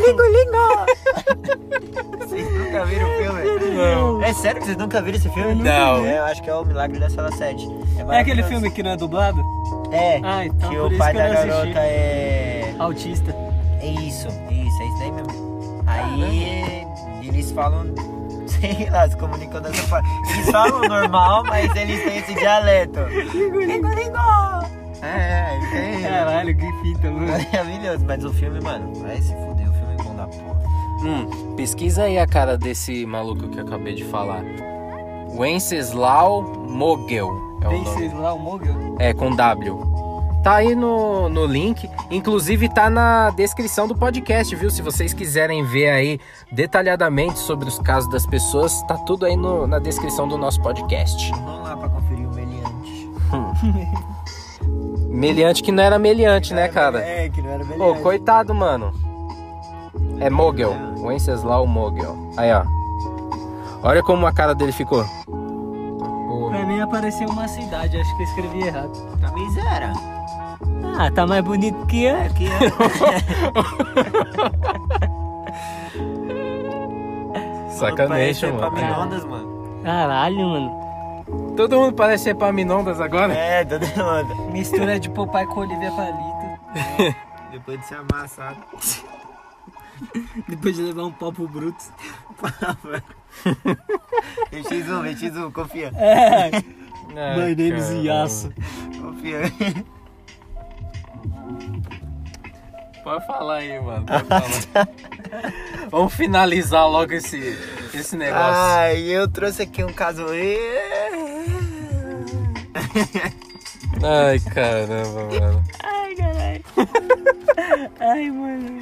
Speaker 5: Vocês nunca viram o filme? Não. É sério que vocês nunca viram esse filme?
Speaker 2: Não.
Speaker 5: É, eu acho que é o Milagre da Cela 7.
Speaker 4: É aquele
Speaker 5: maravilhoso.
Speaker 4: filme que não é dublado?
Speaker 5: É,
Speaker 4: Ah, então
Speaker 5: que
Speaker 4: por
Speaker 5: o
Speaker 4: isso
Speaker 5: pai
Speaker 4: que eu
Speaker 5: da
Speaker 4: não assisti.
Speaker 5: garota é...
Speaker 4: Autista.
Speaker 5: É isso, isso, é isso daí mesmo. Aí eles falam, sei lá, se comunicam dessa forma. Eles falam normal, mas eles têm esse dialeto. Lingo, lingo! É, é,
Speaker 4: Caralho, que fita,
Speaker 5: é.
Speaker 4: mano.
Speaker 5: Maravilhoso, mas o filme, mano, vai se fuder, o filme é bom da porra.
Speaker 2: Hum, pesquisa aí a cara desse maluco que eu acabei de falar. Wenceslau Mogel. É o nome.
Speaker 4: Penses lá, o Mogel.
Speaker 2: É, com W. Tá aí no, no link, inclusive tá na descrição do podcast, viu? Se vocês quiserem ver aí detalhadamente sobre os casos das pessoas, tá tudo aí no- na descrição do nosso podcast.
Speaker 5: Vamos lá pra conferir o meliante.
Speaker 2: Meliante que não era meliante, né, cara?
Speaker 5: É, que não era
Speaker 2: Pô,
Speaker 5: meliante.
Speaker 2: coitado, mano. É Mogel, Wenceslau Mogel. Aí, ó. Olha como a cara dele ficou. Pô,
Speaker 4: Pra mim apareceu uma cidade, acho que eu escrevi errado.
Speaker 5: Pra mim zera.
Speaker 4: Ah, tá mais bonito que eu.
Speaker 5: Aqui é.
Speaker 2: Sacanagem,
Speaker 5: é Pra
Speaker 2: mano.
Speaker 5: minondas, mano.
Speaker 4: Caralho, mano.
Speaker 2: Todo mundo parece ser Paminondas agora.
Speaker 5: É, toda onda.
Speaker 4: Mistura de Popeye com Olivia Palito.
Speaker 5: Depois de ser amassado.
Speaker 4: Depois de levar um papo bruto.
Speaker 5: X1, X1, confia.
Speaker 4: É,
Speaker 2: Ai,
Speaker 4: my name is
Speaker 2: cara.
Speaker 4: Yasso.
Speaker 5: Confia.
Speaker 2: Pode falar aí, mano. Pode falar. Vamos finalizar logo esse, esse negócio.
Speaker 5: Ai, eu trouxe aqui um caso. É.
Speaker 2: Ai, caramba, mano.
Speaker 4: Ai, caralho. Ai, mano.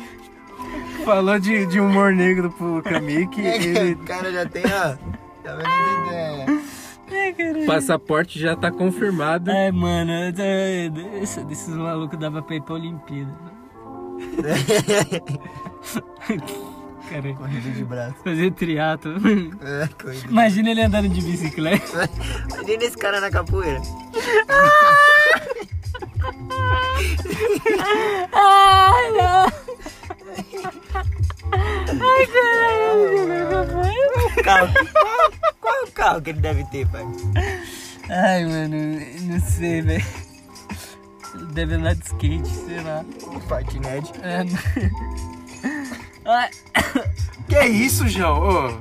Speaker 2: Falou de, de humor negro pro Kamik.
Speaker 5: É o cara já tem, ó. Tá vendo ideia?
Speaker 4: Ai, caralho.
Speaker 2: Passaporte já tá confirmado.
Speaker 4: Ai, mano. eu- esse- Desses malucos dava pra ir pra Olimpíada. Caralho.
Speaker 5: Corrida de braço.
Speaker 4: Fazer triato.
Speaker 5: É, corrida.
Speaker 4: Imagina ele andando de bicicleta.
Speaker 5: Imagina esse cara na capoeira.
Speaker 4: Ai, não. Ai, caralho.
Speaker 5: Carro. Qual, qual é o carro que ele deve ter, pai?
Speaker 4: Ai, mano. Não sei, velho. Deve andar de skate, sei lá.
Speaker 5: Um patinete.
Speaker 4: É. Ai,
Speaker 2: Que isso, João?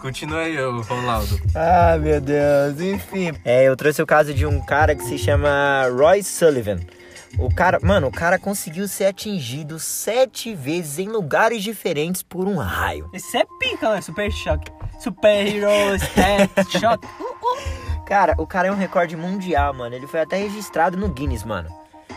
Speaker 2: Continua aí, ô, Ronaldo.
Speaker 5: Ah, meu Deus, enfim. É, eu trouxe o caso de um cara que se chama Roy Sullivan. O cara, mano, o cara conseguiu ser atingido sete vezes em lugares diferentes por um raio.
Speaker 4: Esse é pica, mano. Super choque. Super hero step choque.
Speaker 5: Cara, o cara é um recorde mundial, mano. Ele foi até registrado no Guinness, mano.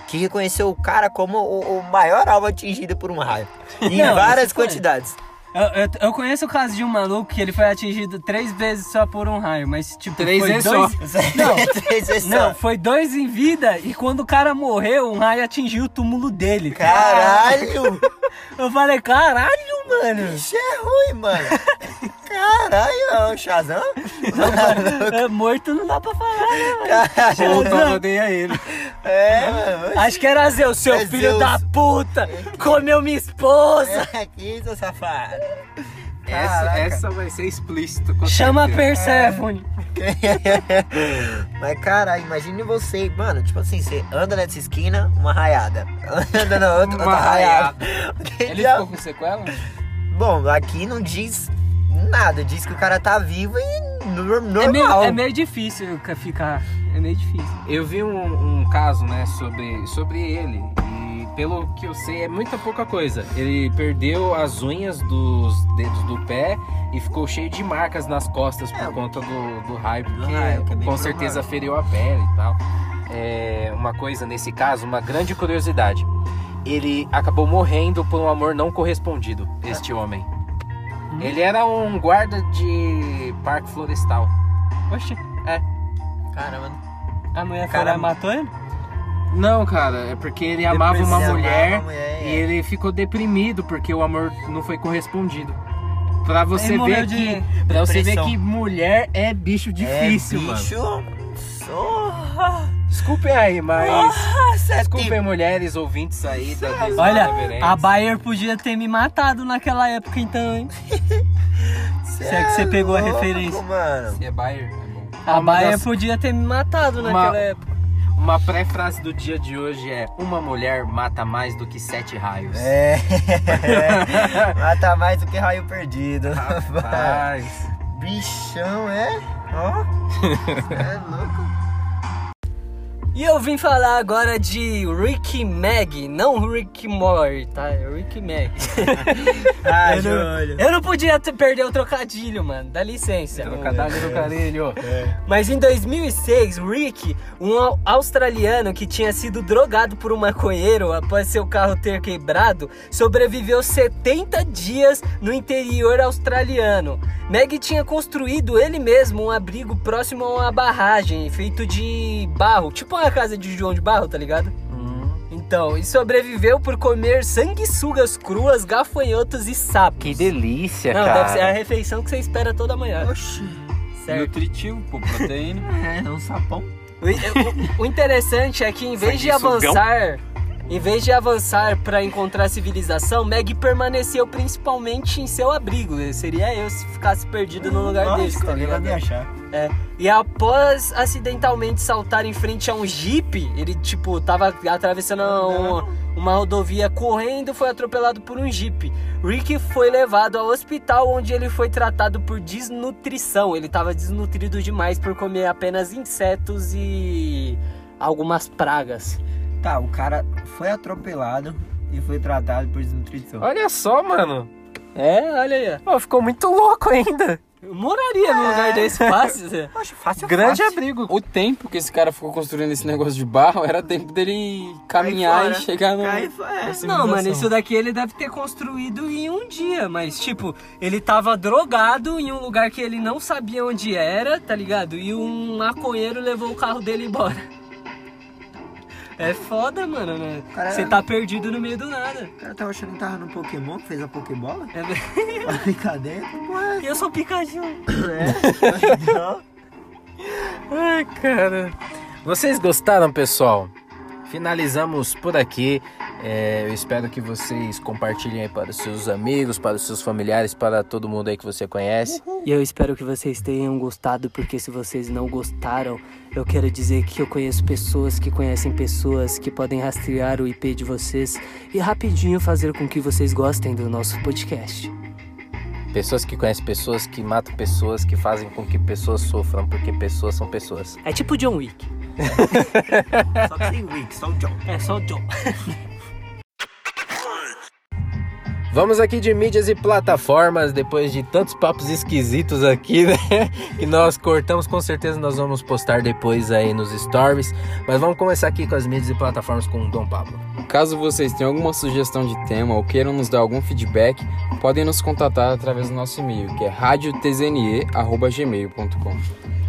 Speaker 5: Que reconheceu o cara como o, o maior alvo atingido por um raio. Em
Speaker 4: Não,
Speaker 5: várias
Speaker 4: isso foi.
Speaker 5: quantidades.
Speaker 4: Eu, eu, eu conheço o caso de um maluco que ele foi atingido três vezes só por um raio, mas tipo,
Speaker 2: Três
Speaker 4: foi
Speaker 2: vezes
Speaker 4: dois.
Speaker 2: só.
Speaker 4: Não,
Speaker 5: Três vezes só.
Speaker 4: não, foi dois em vida e quando o cara morreu, um raio atingiu o túmulo dele.
Speaker 5: Caralho!
Speaker 4: Eu falei, caralho, mano.
Speaker 5: Isso é ruim, mano. Caralho, é um Shazam? Tá
Speaker 4: É morto não dá pra falar, né, mano?
Speaker 2: Ou tava nem a ele.
Speaker 5: É, mano.
Speaker 4: Acho que era Zeus, seu
Speaker 5: É
Speaker 4: filho
Speaker 5: Zeus.
Speaker 4: da puta! Comeu minha esposa!
Speaker 5: É aqui, seu safado.
Speaker 2: Essa,
Speaker 5: Caraca.
Speaker 2: essa vai ser explícito. com
Speaker 4: Chama a
Speaker 2: certeza.
Speaker 4: Persephone!
Speaker 5: Mas, cara, imagine você, mano, tipo assim, você anda nessa esquina, uma raiada. Anda na outra,
Speaker 2: Uma
Speaker 5: outra raiada.
Speaker 3: Ele
Speaker 5: Já-
Speaker 3: ficou com sequela?
Speaker 5: Bom, aqui não diz nada, diz que o cara tá vivo e nor- normal.
Speaker 4: É meio, é meio difícil ficar. É meio difícil.
Speaker 2: Eu vi um, um caso, né, sobre, sobre ele. E pelo que eu sei, é muita pouca coisa. Ele perdeu as unhas dos dedos do pé e ficou cheio de marcas nas costas por conta do, É, do raio, porque
Speaker 5: raio, que é bem
Speaker 2: com
Speaker 5: provável.
Speaker 2: certeza feriu a pele e tal. É, uma coisa, nesse caso, uma grande curiosidade. Ele acabou morrendo por um amor não correspondido, este homem. Ele era um guarda de parque florestal.
Speaker 4: Oxi,
Speaker 5: Caramba.
Speaker 4: a mulher foi lá
Speaker 5: Cara,
Speaker 4: e matou ele?
Speaker 2: Não, cara, é porque ele amava
Speaker 4: Depois
Speaker 2: uma
Speaker 5: ele amava
Speaker 2: mulher,
Speaker 5: uma mulher,
Speaker 2: e
Speaker 5: é.
Speaker 2: ele ficou deprimido porque o amor não foi correspondido. Pra você ver
Speaker 4: morreu de
Speaker 2: que, pra você ver
Speaker 5: depressão.
Speaker 2: que mulher é bicho difícil,
Speaker 5: é,
Speaker 2: mano.
Speaker 5: bicho. Sorra.
Speaker 2: Desculpem aí, mas
Speaker 5: Nossa,
Speaker 2: desculpem mulheres ouvintes aí da Deus
Speaker 4: Olha,
Speaker 2: Reverência.
Speaker 4: a Bayer podia ter me matado naquela época então, hein?
Speaker 5: Se
Speaker 4: é que você pegou a referência.
Speaker 5: Mano.
Speaker 3: É Bayer? É bom.
Speaker 4: A
Speaker 2: Uma
Speaker 4: Bayer
Speaker 2: das-
Speaker 4: podia ter me matado
Speaker 2: Uma-
Speaker 4: naquela época.
Speaker 2: uma pré-frase do dia de hoje é: uma mulher mata mais do que sete raios.
Speaker 5: É. Mata tá mais do que raio perdido.
Speaker 2: Rapaz.
Speaker 5: Bichão, é? Ó. é louco.
Speaker 4: E eu vim falar agora de Rick Mag, não Rick More, tá? É Rick Mag.
Speaker 5: Ah,
Speaker 4: Eu não, eu não podia ter- perder o trocadilho, mano. Dá licença.
Speaker 2: Trocadilho do carilho.
Speaker 4: Mas em 2006, Rick, um au- australiano que tinha sido drogado por um maconheiro após seu carro ter quebrado, sobreviveu 70 dias no interior australiano. Meg tinha construído ele mesmo um abrigo próximo a uma barragem, feito de barro, tipo uma casa de João de Barro, tá ligado?
Speaker 2: Hum.
Speaker 4: Então, e sobreviveu por comer sanguessugas cruas, gafanhotos e sapos.
Speaker 2: Que delícia,
Speaker 4: Não,
Speaker 2: cara.
Speaker 4: deve ser a refeição que você espera toda manhã.
Speaker 5: Oxi.
Speaker 4: Certo.
Speaker 3: Nutritivo, pô, proteína.
Speaker 5: É um sapão.
Speaker 4: O, o- o interessante é que em vez de
Speaker 2: Sanguessugão.
Speaker 4: avançar, em vez de avançar para encontrar civilização, Meg permaneceu principalmente em seu abrigo. Seria eu se ficasse perdido no lugar desse, tá ligado?
Speaker 5: achar.
Speaker 4: É. E após acidentalmente saltar em frente a um jipe, ele tipo tava atravessando uma, uma rodovia correndo, foi atropelado por um jipe. Rick foi levado ao hospital onde ele foi tratado por desnutrição. Ele tava desnutrido demais por comer apenas insetos e algumas pragas.
Speaker 5: Tá, o cara foi atropelado e foi tratado por desnutrição.
Speaker 2: Olha só, mano.
Speaker 4: É, olha aí. É.
Speaker 2: Pô, ficou muito louco ainda.
Speaker 4: ó. Eu moraria num lugar desse fácil. né? Zé.
Speaker 5: Acho fácil,
Speaker 2: Grande
Speaker 5: fácil.
Speaker 2: abrigo.
Speaker 3: O tempo que esse cara ficou construindo esse negócio de barro era tempo dele caminhar e
Speaker 5: fora.
Speaker 3: chegar no.
Speaker 5: Cai fora. é.
Speaker 3: na
Speaker 4: Não,
Speaker 3: civilização.
Speaker 4: mano, isso daqui ele deve ter construído em um dia, mas tipo, ele tava drogado em um lugar que ele não sabia onde era, tá ligado? E um maconheiro levou o carro dele embora. É foda, mano, né?
Speaker 5: Cara,
Speaker 4: Você tá perdido no meio do nada.
Speaker 5: O cara tava achando que tava no Pokémon, que fez a Pokébola?
Speaker 4: É ver-
Speaker 5: Uma brincadeira? Porra,
Speaker 4: Eu sou Pikachu.
Speaker 5: É. não.
Speaker 2: Ai, cara. Vocês gostaram, pessoal? Finalizamos por aqui. É, eu espero que vocês compartilhem aí para os seus amigos, para os seus familiares, para todo mundo aí que você conhece.
Speaker 4: E eu espero que vocês tenham gostado, porque se vocês não gostaram, eu quero dizer que eu conheço pessoas que conhecem pessoas que podem rastrear o IP de vocês e rapidinho fazer com que vocês gostem do nosso podcast.
Speaker 2: Pessoas que conhecem pessoas, que matam pessoas, que fazem com que pessoas sofram, porque pessoas são pessoas.
Speaker 4: É tipo John Wick.
Speaker 5: Só que sem Wix, só o John.
Speaker 4: É só John.
Speaker 2: Vamos aqui de mídias e plataformas, depois de tantos papos esquisitos aqui, né? Que nós cortamos, com certeza nós vamos postar depois aí nos stories. Mas vamos começar aqui com as mídias e plataformas com o Dom Pablo.
Speaker 3: Caso vocês tenham alguma sugestão de tema ou queiram nos dar algum feedback, podem nos contatar através do nosso e-mail, que é radiotzne.gmail.com.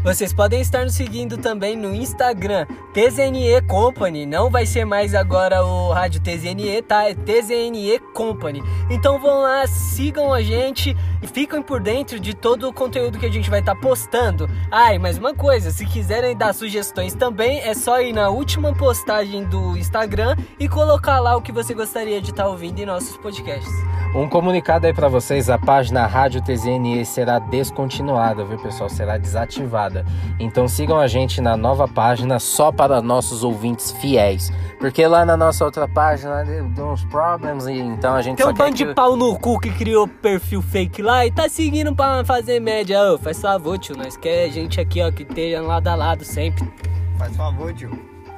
Speaker 4: Vocês podem estar nos seguindo também no Instagram, TZNE Company. Não vai ser mais agora o Rádio TZNE, tá? É TZNE Company. Então vão lá, sigam a gente e fiquem por dentro de todo o conteúdo que a gente vai estar postando. Ai, mais uma coisa, se quiserem dar sugestões também, é só ir na última postagem do Instagram e colocar lá o que você gostaria de estar ouvindo em nossos podcasts.
Speaker 2: Um comunicado aí pra vocês, a página Rádio TZNE será descontinuada, viu pessoal? Será desativada. Então sigam a gente na nova página só para nossos ouvintes fiéis. Porque lá na nossa outra página deu uns problemas e então a gente
Speaker 4: Tem
Speaker 2: só
Speaker 4: um
Speaker 2: quer
Speaker 4: bando de
Speaker 2: que-
Speaker 4: pau no cu que criou perfil fake lá e tá seguindo pra fazer média. Ô, faz favor, tio. Nós quer gente aqui, ó, que esteja lado a lado sempre.
Speaker 5: Faz favor, tio.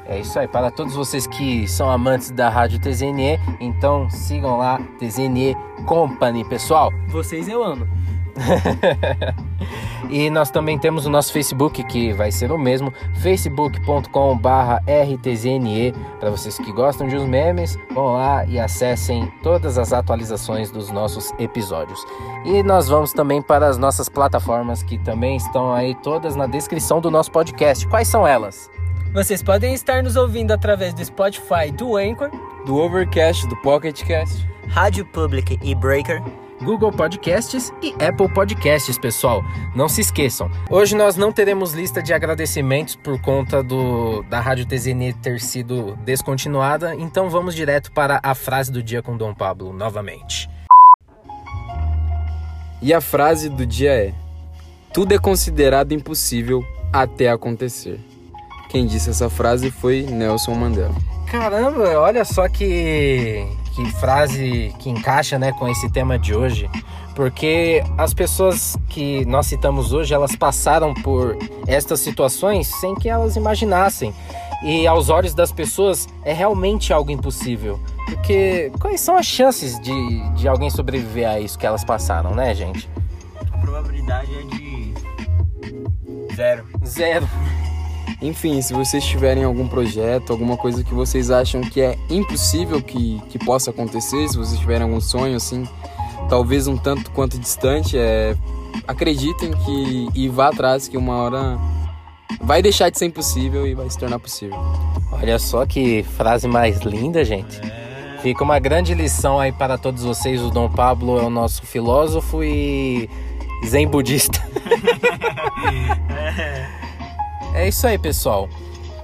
Speaker 2: É isso aí, para todos vocês que são amantes da Rádio TZNE, então sigam lá, TZNE Company, pessoal.
Speaker 4: Vocês eu amo.
Speaker 2: E nós também temos o nosso Facebook, que vai ser o mesmo, facebook.com.br rtzne. Para vocês que gostam de uns memes, vão lá e acessem todas as atualizações dos nossos episódios. E nós vamos também para as nossas plataformas, que também estão aí todas na descrição do nosso podcast. Quais são elas?
Speaker 4: Vocês podem estar nos ouvindo através do Spotify, do Anchor,
Speaker 3: Do Overcast, do Pocketcast.
Speaker 5: Rádio Public e Breaker.
Speaker 2: Google Podcasts e Apple Podcasts, pessoal. Não se esqueçam. Hoje nós não teremos lista de agradecimentos por conta do da Rádio TZN ter sido descontinuada, então vamos direto para a frase do dia com Dom Pablo novamente.
Speaker 3: E a frase do dia é: Tudo é considerado impossível até acontecer. Quem disse essa frase foi Nelson Mandela.
Speaker 2: Caramba, olha só que que frase que encaixa, né, com esse tema de hoje, porque as pessoas que nós citamos hoje, elas passaram por estas situações sem que elas imaginassem. E aos olhos das pessoas é realmente algo impossível. Porque quais são as chances de, de alguém sobreviver a isso que elas passaram, né, gente?
Speaker 5: A probabilidade é de... Zero.
Speaker 2: Zero.
Speaker 3: Enfim, se vocês tiverem algum projeto, alguma coisa que vocês acham que é impossível que, que possa acontecer, se vocês tiverem algum sonho assim, talvez um tanto quanto distante, é, acreditem que e vá atrás que uma hora vai deixar de ser impossível e vai se tornar possível.
Speaker 2: Olha só que frase mais linda, gente. Fica uma grande lição aí para todos vocês. O Dom Pablo é o nosso filósofo e zen budista. é isso aí, pessoal.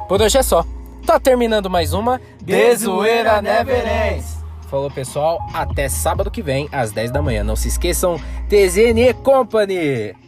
Speaker 2: Por hoje é só. Tá terminando mais uma né,
Speaker 5: De Zoeira
Speaker 3: né,
Speaker 5: Never Ends.
Speaker 2: Falou, pessoal. Até sábado que vem, às 10 da manhã. Não se esqueçam, TZN Company.